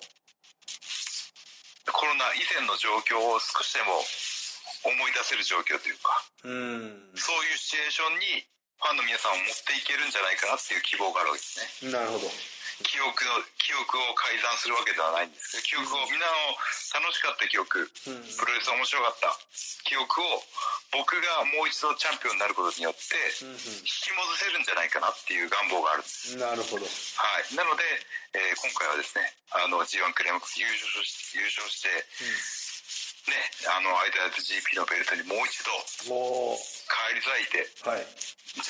S1: コロナ以前の状況を少しでも思い出せる状況というか
S2: んうん
S1: そういうシチュエーションにファンの皆さんを持っていけるんじゃないかなっていう希望があるわけですね。
S2: うんなるほど
S1: 記憶の記憶を改ざんするわけではないんですけど記憶をみんなの楽しかった記憶
S2: うんうん
S1: プロレス面白かった記憶を僕がもう一度チャンピオンになることによって
S2: うんう
S1: 引き戻せるんじゃないかなっていう願望があるんです、
S2: んなるほど
S1: はい、なので、えー今回はですねあの G1 クレーム優勝し優勝して、ねあの相手相手 GP のベルトにもう一度
S2: おお
S1: 返り咲いて
S2: はい
S1: 時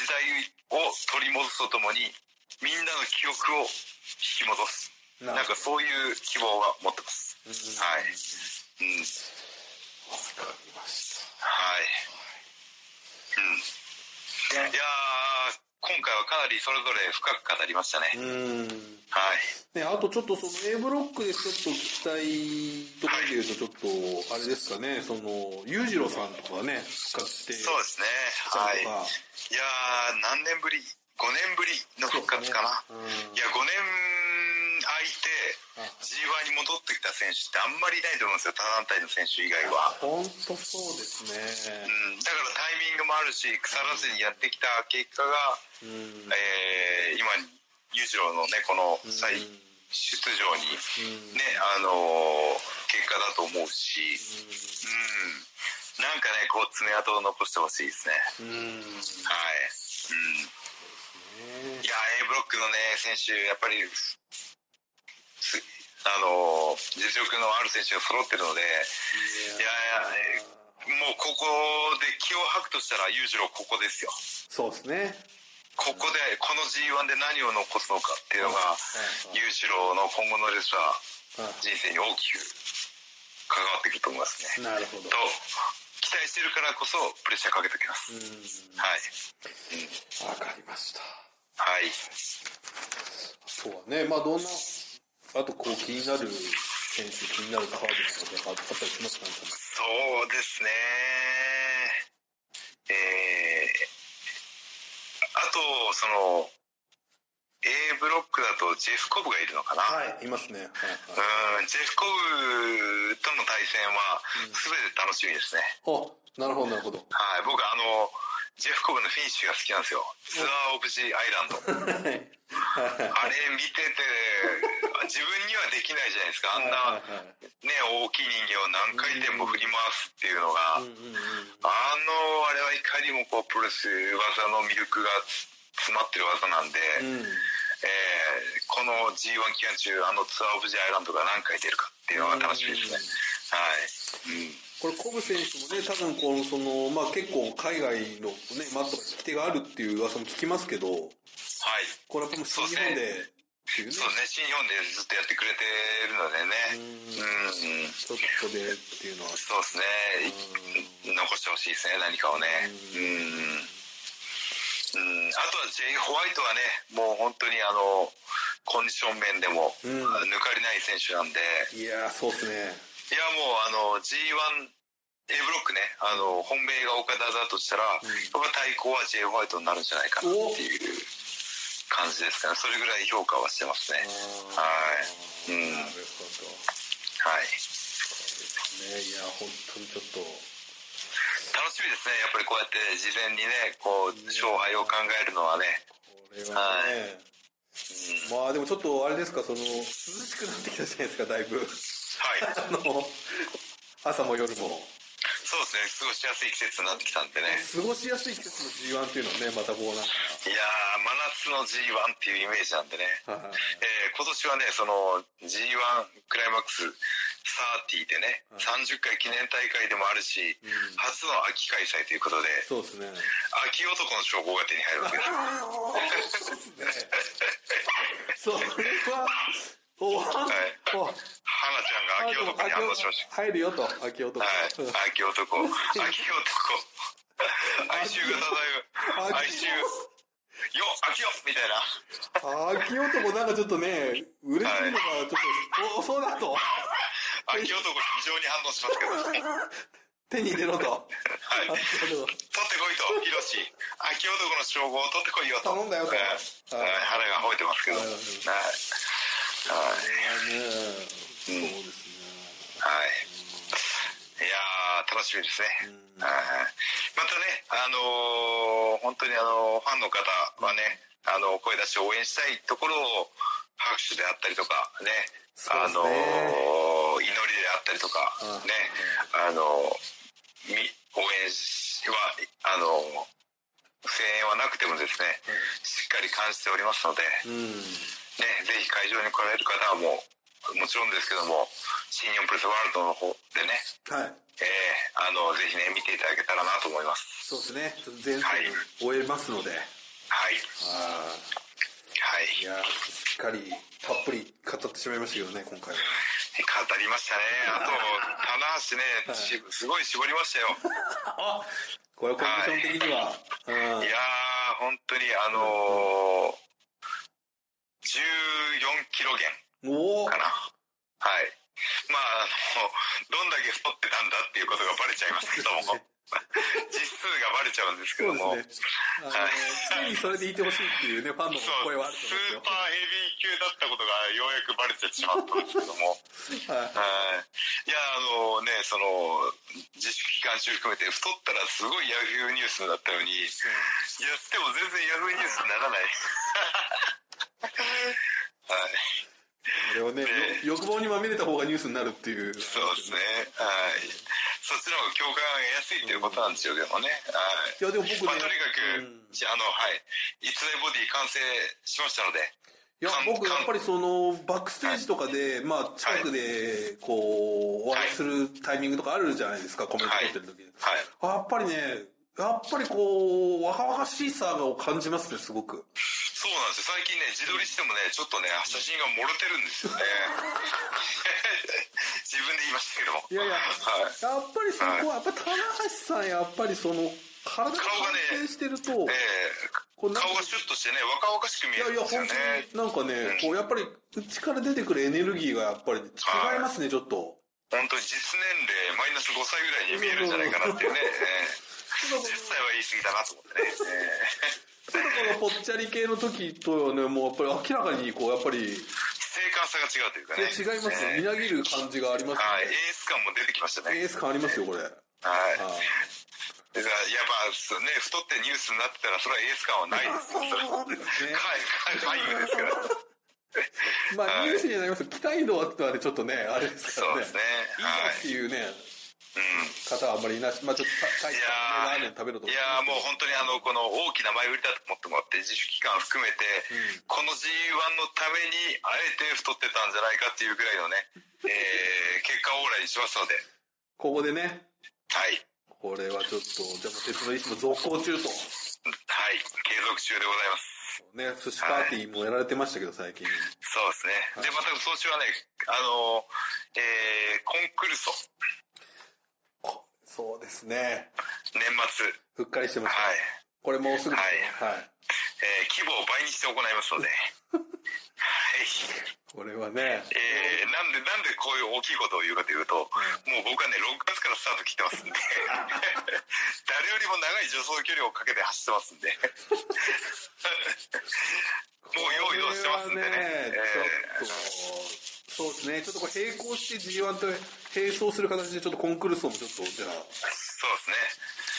S1: 代を取り戻すとともにみんなの記憶を引き戻す
S2: な
S1: なんかそういう希望は持ってます。
S2: う
S1: は
S2: ん
S1: い。うん。はい。
S2: わかりまし
S1: うん。いやー、今回はかなりそれぞれ深く語りました
S2: た
S1: ね。
S2: うん
S1: はい。
S2: ね、あとちょっとその A ブロックでちょっと聞きたいところで言うと、ちょっと、あれですかね、その、裕次郎さんとかがね、復活して、
S1: そうですね。
S2: た
S1: はい。
S2: り
S1: い
S2: と
S1: や
S2: か、
S1: ー、何年ぶり ?5 年ぶりの復活かな。
S2: うん
S1: いや、5年空いて、G1 に戻ってきた選手ってあんまりいないと思うんですよ。他団体の選手以外は。
S2: 本当そうですね
S1: う。ん。だからタイミングもあるし、腐らずにやってきた結果が、
S2: うん。
S1: えー今、裕次郎のね、この再
S2: うん
S1: 出場に、
S2: うん
S1: ね、あのー結果だと思うし、うん、なんかね、こう、爪痕を残してほしいですね。
S2: うん。ね
S1: はい。うん、いやー、A ブロックのね、選手、やっぱり、すあのー実力のある選手が揃ってるので、いやいや、もうここで気を吐くとしたら、裕次郎ここですよ。
S2: そうですね。
S1: ここで、この G1 で何を残すのかっていうのが、
S2: はい
S1: 裕次郎の今後のレスラ
S2: は
S1: ー人生に大きく関わってくると思います
S2: い
S1: ね。
S2: なるほど
S1: と。、期待してるからこそプレッシャーかけておきます。
S2: うん。
S1: はい。
S2: わかりました。
S1: はい。
S2: そうはね、まあどんな、あとこう気になる選手、気になるカードとかあったりしますかね、
S1: そうですね。えー、あと、その、A ブロックだとジェフ・コブがいるのかな。
S2: はい、いますね。はい、は
S1: う
S2: い。
S1: ん、ジェフ・コブとの対戦は全て楽しみですね。
S2: あ、なるほど、なるほど。
S1: はい、僕あの、ジェフ・コブのフィニッシュが好きなんですよ。ツアー・オブ・ジ・アイランド。
S2: はい。
S1: あれ見てて、自分にはできないじゃないですか。あん
S2: は、
S1: ない
S2: はい。
S1: ね、大きい人形を何回転も振り回すっていうのが、あ
S2: うん
S1: の、
S2: うんうん。
S1: あれはいかにもこう、プロレス技の魅力が詰まってる技なんで、えー
S2: うん。
S1: この G1 期間中、あのツアー・オブ・ジ・アイランドが何回出るかっていうのが楽しみですね。はい。うん。
S2: これ、コブ選手もね、多分この、その、まあ結構海外のね、マットが引き手があるっていう噂も聞きますけど、
S1: はい。
S2: これはやっぱもう新日本で、っていうね、
S1: そうですね、新日本でずっとやってくれてるのでね。うん。
S2: ちょっとでっていうのは、
S1: そうですね。い残してほしいですね、何かをね。うん。うん、あとは J. ホワイトはね、もう本当にあの、コンディション面でも、
S2: うん
S1: 抜かりない選手なんで、い
S2: いやー、そうですね。
S1: やもうあの、G1、A ブロックね、あの、本命が岡田だとしたら、やっぱ対抗は J. ホワイトになるんじゃないかなっていう感じですかね。それぐらい評価はしてますね。
S2: あ
S1: はい。う
S2: ー
S1: ん。は
S2: なるほど。
S1: い。
S2: ね、いや、本当にちょっと、
S1: 楽しみですね。やっぱりこうやって事前にね、こう、勝敗を考えるのはね。
S2: これはね、まあでもちょっとあれですか、その、涼しくなってきたじゃないですか、だいぶ。
S1: はい。
S2: あの、朝も夜も。
S1: そうですね。過ごしやすい季節になってきたんでね。
S2: 過ごしやすい季節の G1 っていうのはね、またこうなんか、
S1: いやー、真夏の G1 っていうイメージなんでね。
S2: はい
S1: えー今年はね、その G1 クライマックス30でね、
S2: はい
S1: 30回記念大会でもあるし、
S2: うん
S1: 初の秋開催ということで、
S2: そうですね。
S1: 秋男の称号が手に入るわけです。
S2: そうですね。それは、おわ
S1: はい
S2: お
S1: 花ちゃんが秋男に反応しました。
S2: 入るよと、秋男。
S1: はい、秋男、 秋男、哀愁が漂う、哀愁、よ、秋よみたいな。
S2: 秋男なんかちょっとね、嬉しいのが、ちょっと、お、そうだと、
S1: 秋男に非常に反応しますけ ど、取って
S2: 手に入れろと。秋
S1: こ
S2: 男
S1: いと、ヒロシ、秋男の称号を取ってこいよと。
S2: 頼んだよと
S1: はいはい腹が吠えてますけど。
S2: は
S1: はいい。
S2: いやねそうです
S1: はい。いやー、楽しみですね。
S2: ね。うん
S1: はいまたね、あのー本当にあのファンの方はね、あの声出して応援したいところを拍手であったりとかね、
S2: そう
S1: あ
S2: です
S1: の祈
S2: ね。
S1: りであったりとか
S2: うん
S1: ね、あのみ応援しはあの声援はなくてもですね、しっかり感じておりますので、
S2: うん。
S1: ね、ぜひ会場に来られる方はもうもちろんですけども、新日本プレスワールドの方でね、
S2: はい。
S1: えーあのぜひね見ていただけたらなと思います。
S2: そうですね。ちょっと前線終えますので。
S1: はい。
S2: あ
S1: はい。
S2: ーいやーしっかりたっぷり語ってしまいましたけどね今回は
S1: 語りましたね。あと、棚橋ね、しすごい絞りましたよ。
S2: これコンディション的には、うん
S1: いやー、本当に、あのー、14キロ減
S2: おお
S1: かな。はい。まあ、あの、どんだけ太ってたんだっていうことがバレちゃいますけど も、実数がバレちゃうんですけ
S2: そ
S1: ども、
S2: うですねあの常にそれでいてほしいっていうねファンの
S1: そう
S2: 声はある
S1: スー
S2: と
S1: パーヘビー級だったことがようやくバレてしまったんですけども、
S2: 思うんですよ、はい
S1: はいいやあのねその自粛期間中含めて太ったらすごいヤフーニュースになったのにいやっても全然ヤフーニュースにならないはい
S2: あれをねよ欲望にまみれた方がニュースになるってい
S1: そう
S2: う
S1: ですねはいそっちの方が共感が安いということなんですよでもねはい
S2: いやでも僕
S1: ま
S2: ね、
S1: あ、とにかく、
S2: うん
S1: じゃああのはい逸材ボディ完成しましたので
S2: い
S1: か
S2: や
S1: ん
S2: 僕や
S1: かん
S2: っぱりそのバックステージとかで、まあ近くでこうお会いするタイミングとかあるじゃないですか、コメント取ってる時に、
S1: はい
S2: やっぱりねやっぱりこう若々しさを感じますねすごく
S1: そうなんですよ最近ね自撮りしてもねちょっとね写真が漏れてるんですよね 自分で言いましたけども
S2: いやいやや
S1: はい
S2: っぱりそこは、やっぱり棚橋さんやっぱりその体が完成してると、
S1: え
S2: こう
S1: え
S2: なんか
S1: 顔がシュッとしてね若々しく見
S2: い
S1: え
S2: や
S1: る
S2: いや
S1: んですよ
S2: 本
S1: ね
S2: 当になんかね、こうやっぱり内から出てくるエネルギーがやっぱり違いますねちょっと。
S1: 本当に実年齢マイナス5歳ぐらいに見えるんじゃないかな っていうね、ええ10歳は言い過ぎだなと思ってね、ええ
S2: ちょっとこのぽっちゃり系の時とはね、もうやっぱり明らかにこう、やっぱり、
S1: 静観さが違うというか
S2: いや
S1: ね
S2: 違いますね。み
S1: ええ
S2: なぎる感じがあります
S1: はいエース感も出てきました
S2: ね。エ
S1: ね
S2: ース感ありますよ、これ。はい。
S1: はいだからやっぱそうね太ってニュースになってたらそれはエース感はないですよそれは
S2: そうですね。
S1: はいはいはいですから
S2: まあ、ニュースにはなりますけど期待度はとはね、ちょっとね、あれですか
S1: そう
S2: らね。
S1: ですね
S2: いい
S1: は
S2: ないっていうね、
S1: うん
S2: 方はあんまりいないし、まあちょっと大したラーメン食べろと
S1: いやーもう本当にあのこの大きな前売りだと思ってもらって自主期間含めて、
S2: ん
S1: この g 1のためにあえて太ってたんじゃないかっていうぐらい のね、えー結果オーライにしますので
S2: ここでね、
S1: はい
S2: これはちょっと、じゃあもう鉄の意志も続行中と。
S1: はい継続中でございます
S2: ね、寿司パーティーもやられてましたけど、最近。
S1: そうですね、でまた今年はねあのーえーコンクルソ
S2: こそうですね。
S1: 年末
S2: ふっかりしてま
S1: は
S2: した。
S1: い、
S2: これもうすぐ。
S1: はい
S2: はい
S1: えー規模を倍にして行います のではい
S2: これはね、
S1: えーなんで、なんでこういう大きいことを言うかというと、もう僕はね、6月からスタート切って ますんで、誰よりも長い助走距離をかけて走ってますんで、 もう用意どうしてますんでね。
S2: これはねちょっと、そうですね、ちょっとこれ並行して G1 と並走する形で、ちょっとコンクルールもちょっと、じゃあ、
S1: そうですね。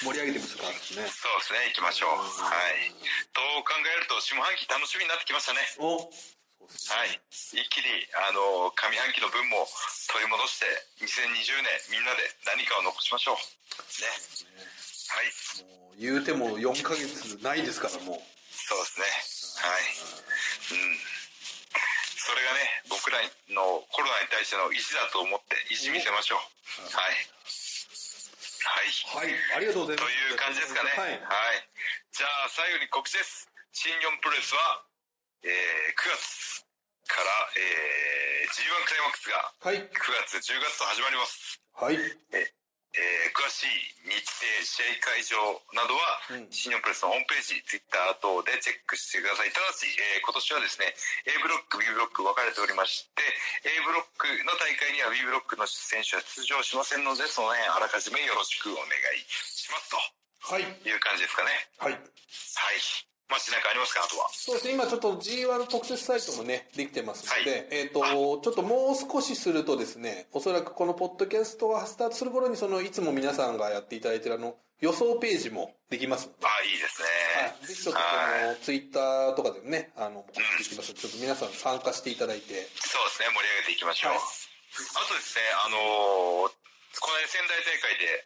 S2: 盛り上げてみましょうか、私ね。
S1: そうですね。行きましょう。はい。と考えると、下半期楽しみになってきましたね。
S2: おそうですね。
S1: はい。一気に、あの、上半期の分も取り戻して、2020年、みんなで何かを残しましょう。ね。はい。
S2: もう言うても4ヶ月ないですから、もう。
S1: そうですね。はい。うん。それがね、僕らのコロナに対しての意地だと思って、意地見せましょう。はい。はい。
S2: はい、ありがとうございま
S1: と
S2: す。
S1: いう感じですかね。
S2: は
S1: はいい。。じゃあ、最後に告知です。新日本プロレスは、えー9月から、えー G1 クライマックスが
S2: は
S1: 9月、
S2: い。
S1: 10月と始まります。
S2: はい。
S1: えー詳しい日程、試合会場などは、
S2: うん
S1: 新日本プロレスのホームページ、ツイッター等でチェックしてください。ただし、えー今年はですね、A ブロック、B ブロック分かれておりまして、A ブロックの大会には B ブロックの選手は出場しませんので、その辺あらかじめよろしくお願いしますと。
S2: はい。
S1: いう感じですかね。
S2: は
S1: は
S2: い。
S1: い。マシなんかありますかあとは。
S2: そうですね、今ちょっと G1 特設サイトもね、できてますので、
S1: は
S2: えっ、と、ちょっともう少しするとですね、おそらくこのポッドキャストがスタートする頃に、その、いつも皆さんがやっていただいてるあの、予想ページもできますので、
S1: あ、いいですね。
S2: はい。ぜひちょっと
S1: はい
S2: あの、ツイッターとかでもね、あの、できますのでちょっと皆さん参加していただいて、
S1: そうですね。盛り上げていきましょう。
S2: はい
S1: あとですね、あのーこの間仙台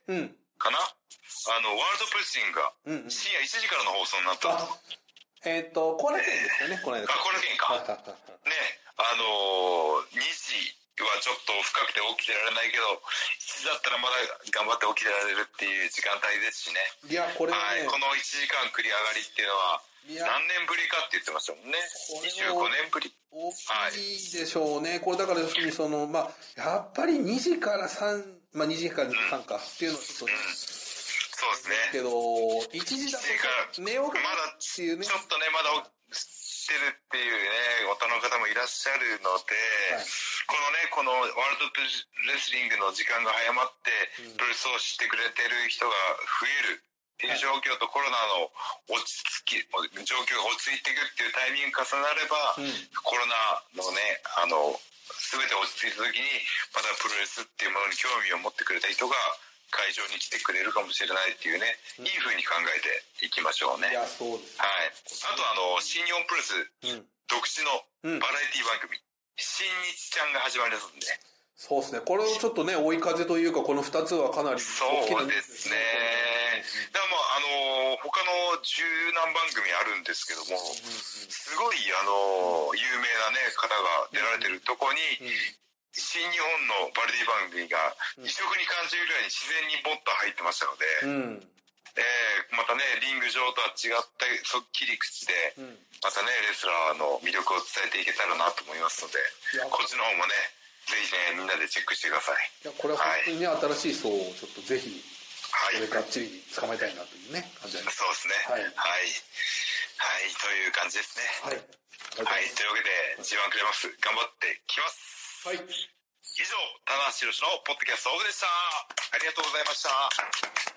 S1: 大会で、
S2: うん、
S1: かなあの、ワールドプレスリングが
S2: うん、うん。
S1: 深夜1時からの放送になったんです。
S2: あ、えっ、と、後楽園ですかね、この間。
S1: あ、この件
S2: はい
S1: か。
S2: はいはいはい。
S1: ね、あのー、2時はちょっと深くて起きてられないけど、1時だったらまだ頑張って起きてられるっていう時間帯ですしね。
S2: いや、これね、
S1: はい、この1時間繰り上がりっていうのはい
S2: や
S1: 何年ぶりかって言ってましたもんね
S2: これ
S1: 25
S2: は
S1: 年ぶり
S2: 大きいでしょうね。これだから要するにその、まあ、やっぱり2時から3、まあ2時から3かっていうのはちょっとね、
S1: そうですね
S2: けど、1時だと寝ようかなっていうね
S1: ち。ょっとねまだ起きてるっていうね大人の方もいらっしゃるので、
S2: はい
S1: このねこのワールドプレスリングの時間が早まってプロレスを知ってくれてる人が増えるっていう状況とコロナの落ち着き状況が落ち着いていくっていうタイミングが重なれば、
S2: うん
S1: コロナのねあの全て落ち着いた時にまたプロレスっていうものに興味を持ってくれた人が会場に来てくれるかもしれないっていうね、いい風に考えていきましょうね
S2: い。や、そうです。
S1: はい。あとあの、新日本プロレス
S2: うん。
S1: 独自の
S2: うん
S1: バラエティ番組、新日ちゃんが始まりますんで。
S2: そうですね。これをちょっとね、追い風というか、この2つはかなり
S1: そう
S2: 大
S1: で
S2: きなニュー
S1: す
S2: ス
S1: ね。だからまあ、あの、他の十何番組あるんですけども、すごい、あの、有名なね、方が出られてるとこに、
S2: うん
S1: 新日本のバラエティ番組が、異色に感じるぐらいに自然にボッと入ってましたので、
S2: うん。うん。
S1: えーまたね、リング上とは違った、そっきり口で、
S2: うん。
S1: またねレスラーの魅力を伝えていけたらなと思いますので
S2: いや
S1: こっちの方もねぜひねみんなでチェックしてください
S2: いや、これは本当にね、新しい層をちょっとぜひ、
S1: はい
S2: これがっちり捕まえたいなというね、感じありま
S1: そ
S2: す。
S1: うですねは
S2: は
S1: いいはいという感じですね
S2: はい。
S1: はいというわけで G1 クレマックス頑張ってきます
S2: はい。
S1: 以上棚橋宏のポッドキャストオフでしたありがとうございました